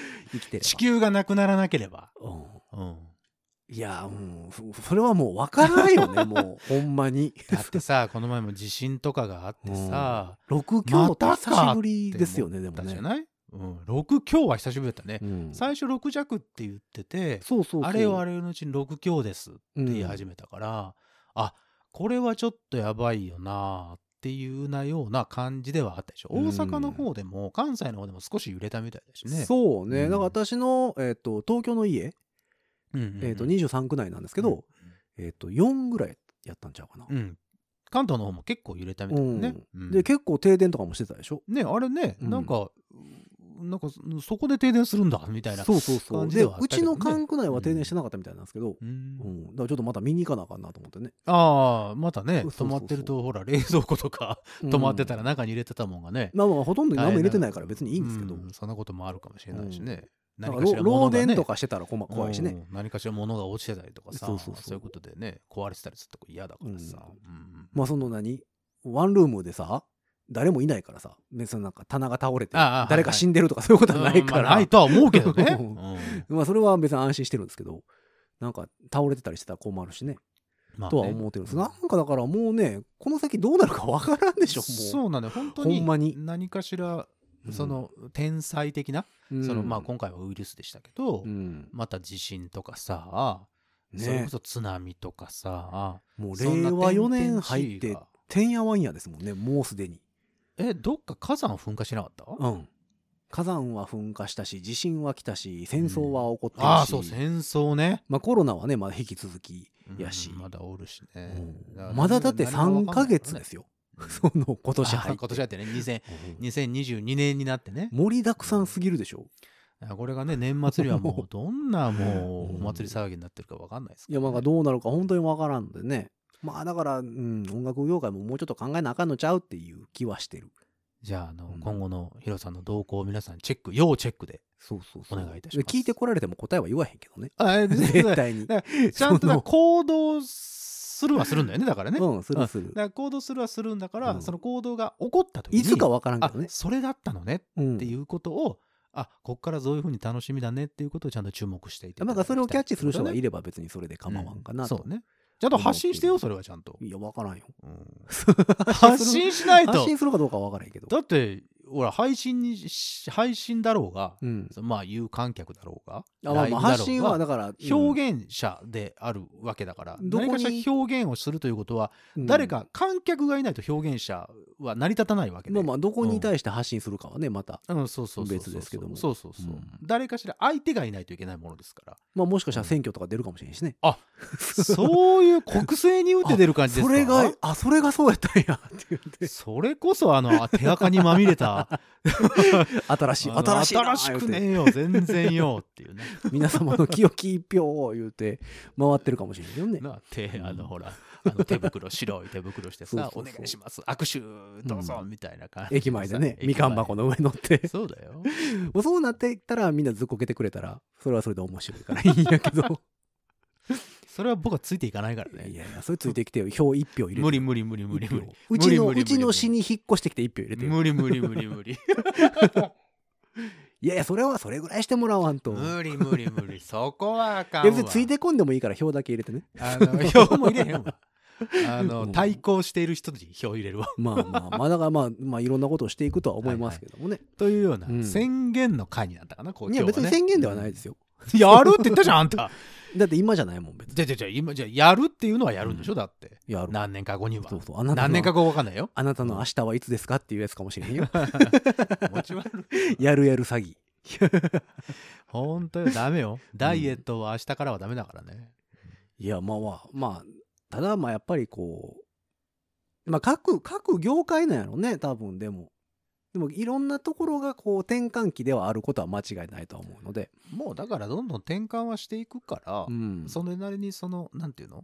Speaker 3: 地球がなくならなければ、
Speaker 2: うん
Speaker 3: うん、
Speaker 2: いやうんそそれはもう分からないよ ねもうほんまに
Speaker 3: だってさ この前も地震とかがあってさ、
Speaker 2: 6強
Speaker 3: ま
Speaker 2: ったて
Speaker 3: か
Speaker 2: 久しぶりですよねで
Speaker 3: だ
Speaker 2: も
Speaker 3: ったじ
Speaker 2: ね
Speaker 3: ゃない、うん、6強は久しぶりだったね、
Speaker 2: うんそう
Speaker 3: 最初6弱って言ってて
Speaker 2: そうそう
Speaker 3: あれよあれよのうちに6強ですって
Speaker 2: うん
Speaker 3: 言い始めたから、あこれはちょっとやばいよなっていうなような感じではあったでしょ、
Speaker 2: うん
Speaker 3: 大阪の方でも関西の方でも少し揺れたみたいだしね。
Speaker 2: そうね、
Speaker 3: うん
Speaker 2: だから私の、えー、と東京の家、
Speaker 3: うんうんうん
Speaker 2: えー、と23区内なんですけど、えー、と4ぐらいやったんちゃうかな
Speaker 3: う、ん、関東の方も結構揺れたみたいだね。うん
Speaker 2: で結構停電とかもしてたでしょ
Speaker 3: ねあれね、
Speaker 2: うん
Speaker 3: なんかなんかそそこで停電するんだみたいな。
Speaker 2: そうそうそう
Speaker 3: 感じ
Speaker 2: で
Speaker 3: ではあっ
Speaker 2: う
Speaker 3: たけ
Speaker 2: ち
Speaker 3: ど
Speaker 2: の
Speaker 3: ね
Speaker 2: 管区内は停電してなかったみたいなんですけど、
Speaker 3: う
Speaker 2: うん
Speaker 3: ん
Speaker 2: だからちょっとまた見に行かなあかんなと思ってね、
Speaker 3: ああまたね
Speaker 2: そうそうそう
Speaker 3: 止まってるとほら冷蔵庫とか止まってたら中に入れてたもんがね、
Speaker 2: まあまあほとんど何も入れてないから別にいいんですけど、
Speaker 3: うそんなこともあるかもしれないしね、
Speaker 2: なん
Speaker 3: 何
Speaker 2: か
Speaker 3: かしら
Speaker 2: 漏
Speaker 3: 物が、ね、
Speaker 2: 電とかしてたらこま怖いしね、
Speaker 3: うん何かしら物が落ちてたりとか
Speaker 2: そ
Speaker 3: さそうう
Speaker 2: そうそう
Speaker 3: いうことでね壊れてたりするとこ嫌だからさ、うん
Speaker 2: まあその何ワンルームでさ誰もいないからさ別になんか棚が倒れて
Speaker 3: ああ
Speaker 2: 誰か死んでるとかそういうことは ないか
Speaker 3: うんまあ
Speaker 2: ら、
Speaker 3: ないとは思うけ どね、
Speaker 2: うん
Speaker 3: うん
Speaker 2: まあそれは別に安心してるんですけどなんか倒れてたりしてたら困るしね
Speaker 3: まあね
Speaker 2: とは思ってるんですなんかだからもうねこの先どうなるかわからんでしょも
Speaker 3: そうなんだよ本当に
Speaker 2: ほんまに
Speaker 3: 何かしら
Speaker 2: うん
Speaker 3: その天才的な、
Speaker 2: う、うん
Speaker 3: そのまあ今回はウイルスでしたけど、
Speaker 2: うん
Speaker 3: また地震とかさ、それ
Speaker 2: ね
Speaker 3: こそ津波とかさ
Speaker 2: もう
Speaker 3: そん
Speaker 2: 令
Speaker 3: な
Speaker 2: 和4
Speaker 3: 天
Speaker 2: 年
Speaker 3: 々し
Speaker 2: 入っ
Speaker 3: い
Speaker 2: て
Speaker 3: が
Speaker 2: てんやわんやですもんねもうすでに
Speaker 3: えどっか火山噴火しなかった、
Speaker 2: うん火山は噴火したし地震は来たし戦争は起こってるし、
Speaker 3: ああそう戦争ね
Speaker 2: まあ、コロナはねまだ引き続き、やし
Speaker 3: うんまだおるしね
Speaker 2: うん
Speaker 3: から
Speaker 2: まだだって
Speaker 3: 何が分
Speaker 2: 3
Speaker 3: か
Speaker 2: ヶ
Speaker 3: んないか
Speaker 2: 月
Speaker 3: ら
Speaker 2: で
Speaker 3: ね
Speaker 2: すよ、
Speaker 3: うん
Speaker 2: その今年入
Speaker 3: あ
Speaker 2: っ
Speaker 3: ー
Speaker 2: て
Speaker 3: 今年やってね2000
Speaker 2: うん
Speaker 3: 2022年になってね
Speaker 2: 盛りだくさんすぎるでしょ
Speaker 3: あこれがね年末にはもうどんなも
Speaker 2: う
Speaker 3: うんお祭り騒ぎになってるか分かんないです
Speaker 2: いやまあどうなるか本当にわからんでねまあだから、うん、音楽業界ももうちょっと考えなあかんのちゃうっていう気はしてる
Speaker 3: じゃああの
Speaker 2: うん
Speaker 3: 今後のヒロさんの動向を皆さんチェック要チェッ クで
Speaker 2: そうそうそう
Speaker 3: お願いいたします
Speaker 2: で聞いてこられても答えは言わへんけどね
Speaker 3: あ
Speaker 2: 絶対に
Speaker 3: だから ちゃんとだ
Speaker 2: その
Speaker 3: 行動するはするんだよねだからねだか
Speaker 2: うんするする
Speaker 3: ら行動するはするんだか
Speaker 2: う
Speaker 3: ら
Speaker 2: ん
Speaker 3: その行動が起こった時に
Speaker 2: いつかわからんけ
Speaker 3: あ
Speaker 2: どね
Speaker 3: それだったのね
Speaker 2: うん
Speaker 3: っていうことを、あこっからそういうふうに楽しみだねっていうことをちゃんと注目していて
Speaker 2: なんかそれをキャッチする人がい
Speaker 3: る
Speaker 2: れば別にそれで構わんかなと、
Speaker 3: そうねちゃんと発信してよそれはちゃんと、
Speaker 2: いやわからんよ
Speaker 3: 発信しない
Speaker 2: 発
Speaker 3: と
Speaker 2: 信するかどうかはわからんけど
Speaker 3: だってほら配信にし配信だろうが、
Speaker 2: うん
Speaker 3: まあ有観客だろうが
Speaker 2: あまあまあ
Speaker 3: ライブだろうが
Speaker 2: 発信はだから
Speaker 3: 表現者であるわけだから、
Speaker 2: どこ
Speaker 3: 何
Speaker 2: に
Speaker 3: かしら表現をするということは、
Speaker 2: うん
Speaker 3: 誰か観客がいないと表現者は成り立たないわけで、
Speaker 2: まあまあどこに対して発信するかはねまた、
Speaker 3: うん、そうそうそうそう
Speaker 2: 別ですけども
Speaker 3: そうそうそ
Speaker 2: う
Speaker 3: う、
Speaker 2: ん
Speaker 3: 誰かしら相手がいないといけないものですから
Speaker 2: まあもしかしたら選挙とか出るかもしれんしね、
Speaker 3: そういう国政に打って出る感じです
Speaker 2: そ
Speaker 3: か
Speaker 2: れがあそれがそうやったんやって言って
Speaker 3: それこそあの手垢にまみれた
Speaker 2: 新しい
Speaker 3: あの
Speaker 2: 新しいな
Speaker 3: 新しく
Speaker 2: 言うて
Speaker 3: ねえよ全然よっていうね
Speaker 2: 皆様の清き一票を言うて回ってるかもしれんけどね
Speaker 3: な手あのほらあの手袋白い手袋して
Speaker 2: そう
Speaker 3: さ
Speaker 2: そうそう
Speaker 3: お願いします握手どうぞ、みたいな感じでさ
Speaker 2: 駅前でね
Speaker 3: 駅
Speaker 2: みかん箱の上乗って
Speaker 3: そうだよ
Speaker 2: もう そうなっていったらみんなずっこけてくれたらそれはそれで面白いからいいんやけ ど
Speaker 3: それは僕はついていかないからね
Speaker 2: いやいやそれついてきてよ票一票入れて
Speaker 3: 無理無理無理無理
Speaker 2: 一票
Speaker 3: 無理
Speaker 2: うちの
Speaker 3: 無理無理無理
Speaker 2: うちの市に引っ越してきて一票入れてよ
Speaker 3: 無理無理無理無理
Speaker 2: いやいやそれはそれぐらいしてもらわんと
Speaker 3: 無理無理 無理そこはあかん
Speaker 2: いや
Speaker 3: わ
Speaker 2: 別についてこんでもいいから票だけ入れて ね
Speaker 3: あの票も入れへんわあ
Speaker 2: うん
Speaker 3: の対抗している人に票入れるわ
Speaker 2: まあまあまあだからまあまあいろんなことをしていくとは思います けどもね、
Speaker 3: というような
Speaker 2: うん
Speaker 3: 宣言の回になったかなこう
Speaker 2: いや
Speaker 3: 今
Speaker 2: 別
Speaker 3: 日は
Speaker 2: に
Speaker 3: ね
Speaker 2: 宣言ではないですよ、
Speaker 3: やるって言ったじゃんあんた
Speaker 2: だって今じゃないもん別に
Speaker 3: じゃあじゃあじゃあ今じゃあやるっていうのはやるんでしょ、
Speaker 2: うん
Speaker 3: だって
Speaker 2: やる
Speaker 3: 何年か後には
Speaker 2: そうそうあなたの
Speaker 3: 何年か後わかんない よ
Speaker 2: あなたの明日はいつですかっていうやつかもしれん よ
Speaker 3: 持ち悪い
Speaker 2: やるやる詐欺
Speaker 3: ほんとよダメよダイエットは明日からはダメだからね、
Speaker 2: いやまあまあまあただまあやっぱりこうまあ各各業界なんやろね多分でもでもいろんなところがこう転換期ではあることは間違いないとは思うので、
Speaker 3: もうだからどんどん転換はしていくから、
Speaker 2: うん
Speaker 3: それなりにそのなんていうの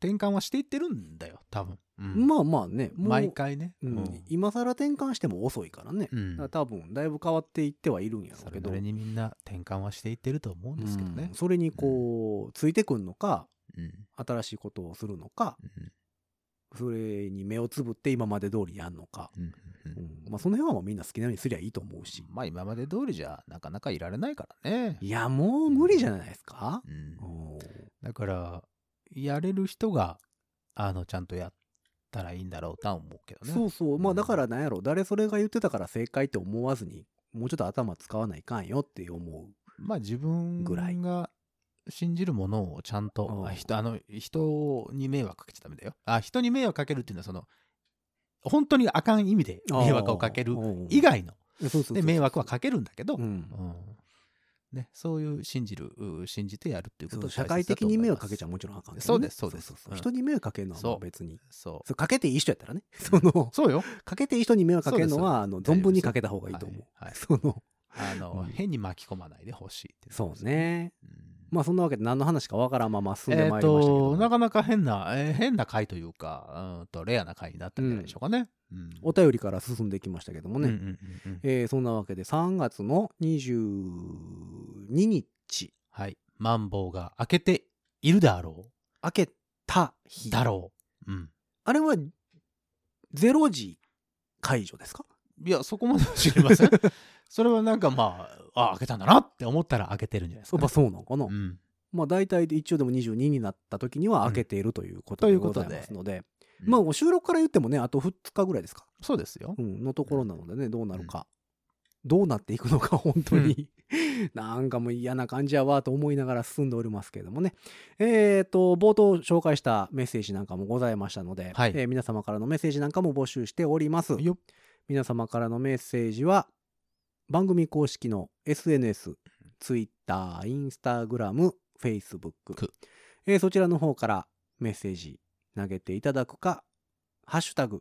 Speaker 3: 転換はしていってるんだよ多分、うん
Speaker 2: まあまあねもう
Speaker 3: 毎回ね、
Speaker 2: うん
Speaker 3: うん
Speaker 2: 今更転換しても遅いからね、
Speaker 3: うん
Speaker 2: だから多分だいぶ変わっていってはいるんやろ
Speaker 3: そう
Speaker 2: け
Speaker 3: れな
Speaker 2: ど
Speaker 3: りにみんな転換はしていってると思うんですけどね
Speaker 2: うん、それにこう、ついてくんのか
Speaker 3: うん
Speaker 2: 新しいことをするのか
Speaker 3: うん
Speaker 2: それに目をつぶって今まで通りやんのか、
Speaker 3: うんうん
Speaker 2: うんまあ、その辺はもうみんな好きなようにすりゃいいと思うし、
Speaker 3: まあ今まで通りじゃなかなかいられないからね、
Speaker 2: いやもう無理じゃないですか、
Speaker 3: うん
Speaker 2: おー
Speaker 3: だからやれる人があのちゃんとやったらいいんだろうとは思うけどね
Speaker 2: そうそうま
Speaker 3: う
Speaker 2: あ
Speaker 3: ん
Speaker 2: だからなんやろ誰それが言ってたから正解って思わずにもうちょっと頭使わないかんよって思
Speaker 3: まあ自分
Speaker 2: ぐらい
Speaker 3: が信じるものをちゃんと、
Speaker 2: うん
Speaker 3: あ人あの人に迷惑かけちゃダメだよあ人に迷惑かけるっていうのはその本当にあかん意味で
Speaker 2: う
Speaker 3: 迷惑をかける
Speaker 2: うん
Speaker 3: 以外の
Speaker 2: そうそうそう
Speaker 3: で迷惑はかけるんだけど、
Speaker 2: うん
Speaker 3: うんね、そういう信じるう信じてやるっていうこ
Speaker 2: そ
Speaker 3: と
Speaker 2: う社会的に迷惑かけちゃ
Speaker 3: う
Speaker 2: もちろんあかんけどね
Speaker 3: そうですそうです
Speaker 2: そう
Speaker 3: うん
Speaker 2: 人に迷惑かけるのはもう別に
Speaker 3: そう
Speaker 2: そうかけていい人やったらねその
Speaker 3: そうよ
Speaker 2: かけていい人に迷惑かけるのはあ
Speaker 3: そう
Speaker 2: の
Speaker 3: ですそうです
Speaker 2: 存分にかけた方がいいと思う、
Speaker 3: はいはい
Speaker 2: その
Speaker 3: あの、
Speaker 2: うん
Speaker 3: 変に巻き込まないでほしいっていこ
Speaker 2: そ
Speaker 3: とです
Speaker 2: う、ね
Speaker 3: うん
Speaker 2: まあそんなわけで何の話かわからんまま進ん
Speaker 3: え
Speaker 2: で
Speaker 3: っ、
Speaker 2: まいりましたけど、
Speaker 3: となかなか変な、えー変な回というか、うん、とレアな回になったんじゃないでしょうかね、うん
Speaker 2: お便りから進んできましたけどもね、
Speaker 3: うんうんうんうん
Speaker 2: えーそんなわけで3月の22日
Speaker 3: はい。マンボウが開けているだろ
Speaker 2: 明けた
Speaker 3: う。
Speaker 2: 日
Speaker 3: だろう。うん。
Speaker 2: あれは0時解除ですか
Speaker 3: いや、そこまでは知り ません。それはなんかまあ、あ、開けたんだなって思ったら開けてるんじゃないです
Speaker 2: や
Speaker 3: か
Speaker 2: っぱ
Speaker 3: ね、
Speaker 2: そうなのかな、
Speaker 3: うん。
Speaker 2: まあ大体で一応でも22になった時には明けているということ
Speaker 3: とい
Speaker 2: で
Speaker 3: うこ
Speaker 2: ご
Speaker 3: と
Speaker 2: ざ
Speaker 3: で
Speaker 2: いますので、
Speaker 3: うん
Speaker 2: まあもう収録から言ってもねあと2日ぐらいですか、
Speaker 3: そうですよ
Speaker 2: う。ん、のところなのでねどうなるか、どうなっていくのか本当に、 なんかもう嫌な感じやわと思いながら進んでおりますけれどもねえっ、と冒頭紹介したメッセージなんかもございましたので、
Speaker 3: はい
Speaker 2: えー皆様からのメッセージなんかも募集しております
Speaker 3: よっ
Speaker 2: 皆様からのメッセージは番組公式の SNS、Twitter、Instagram、Facebook、
Speaker 3: く
Speaker 2: えーそちらの方からメッセージ投げていただくか、ハッシュタグ、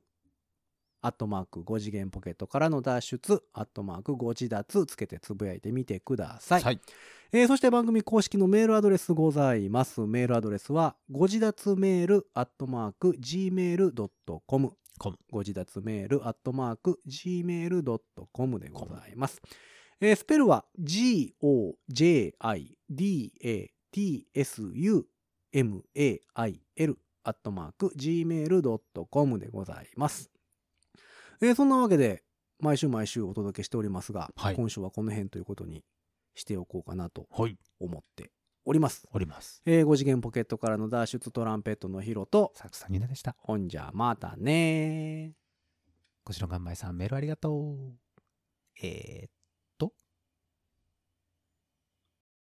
Speaker 2: アットマーク5次元ポケットからの脱出、アットマーク5次脱つけてつぶやいてみてください。
Speaker 3: はい。
Speaker 2: えーそして番組公式のメールアドレスございます。メールアドレスは、ご自立メールアットマーク gmail.com。
Speaker 3: com
Speaker 2: ご自立メールアットマーク gmail.com でございます。えースペルは g-o-j-i-d-a-t-s-u-m-a-i-l アットマーク gmail.com でございます。えーそんなわけで、毎週毎週お届けしておりますが、
Speaker 3: はい
Speaker 2: 今週はこの辺ということにしておこうかなと
Speaker 3: はい。
Speaker 2: 思っております。
Speaker 3: おります。
Speaker 2: えー、5次元ポケットからの脱出トランペットのヒロと、
Speaker 3: サクさんになでした。
Speaker 2: ほんじゃまたねー。
Speaker 3: こちらがんまいさん、メールありがとう。えーっ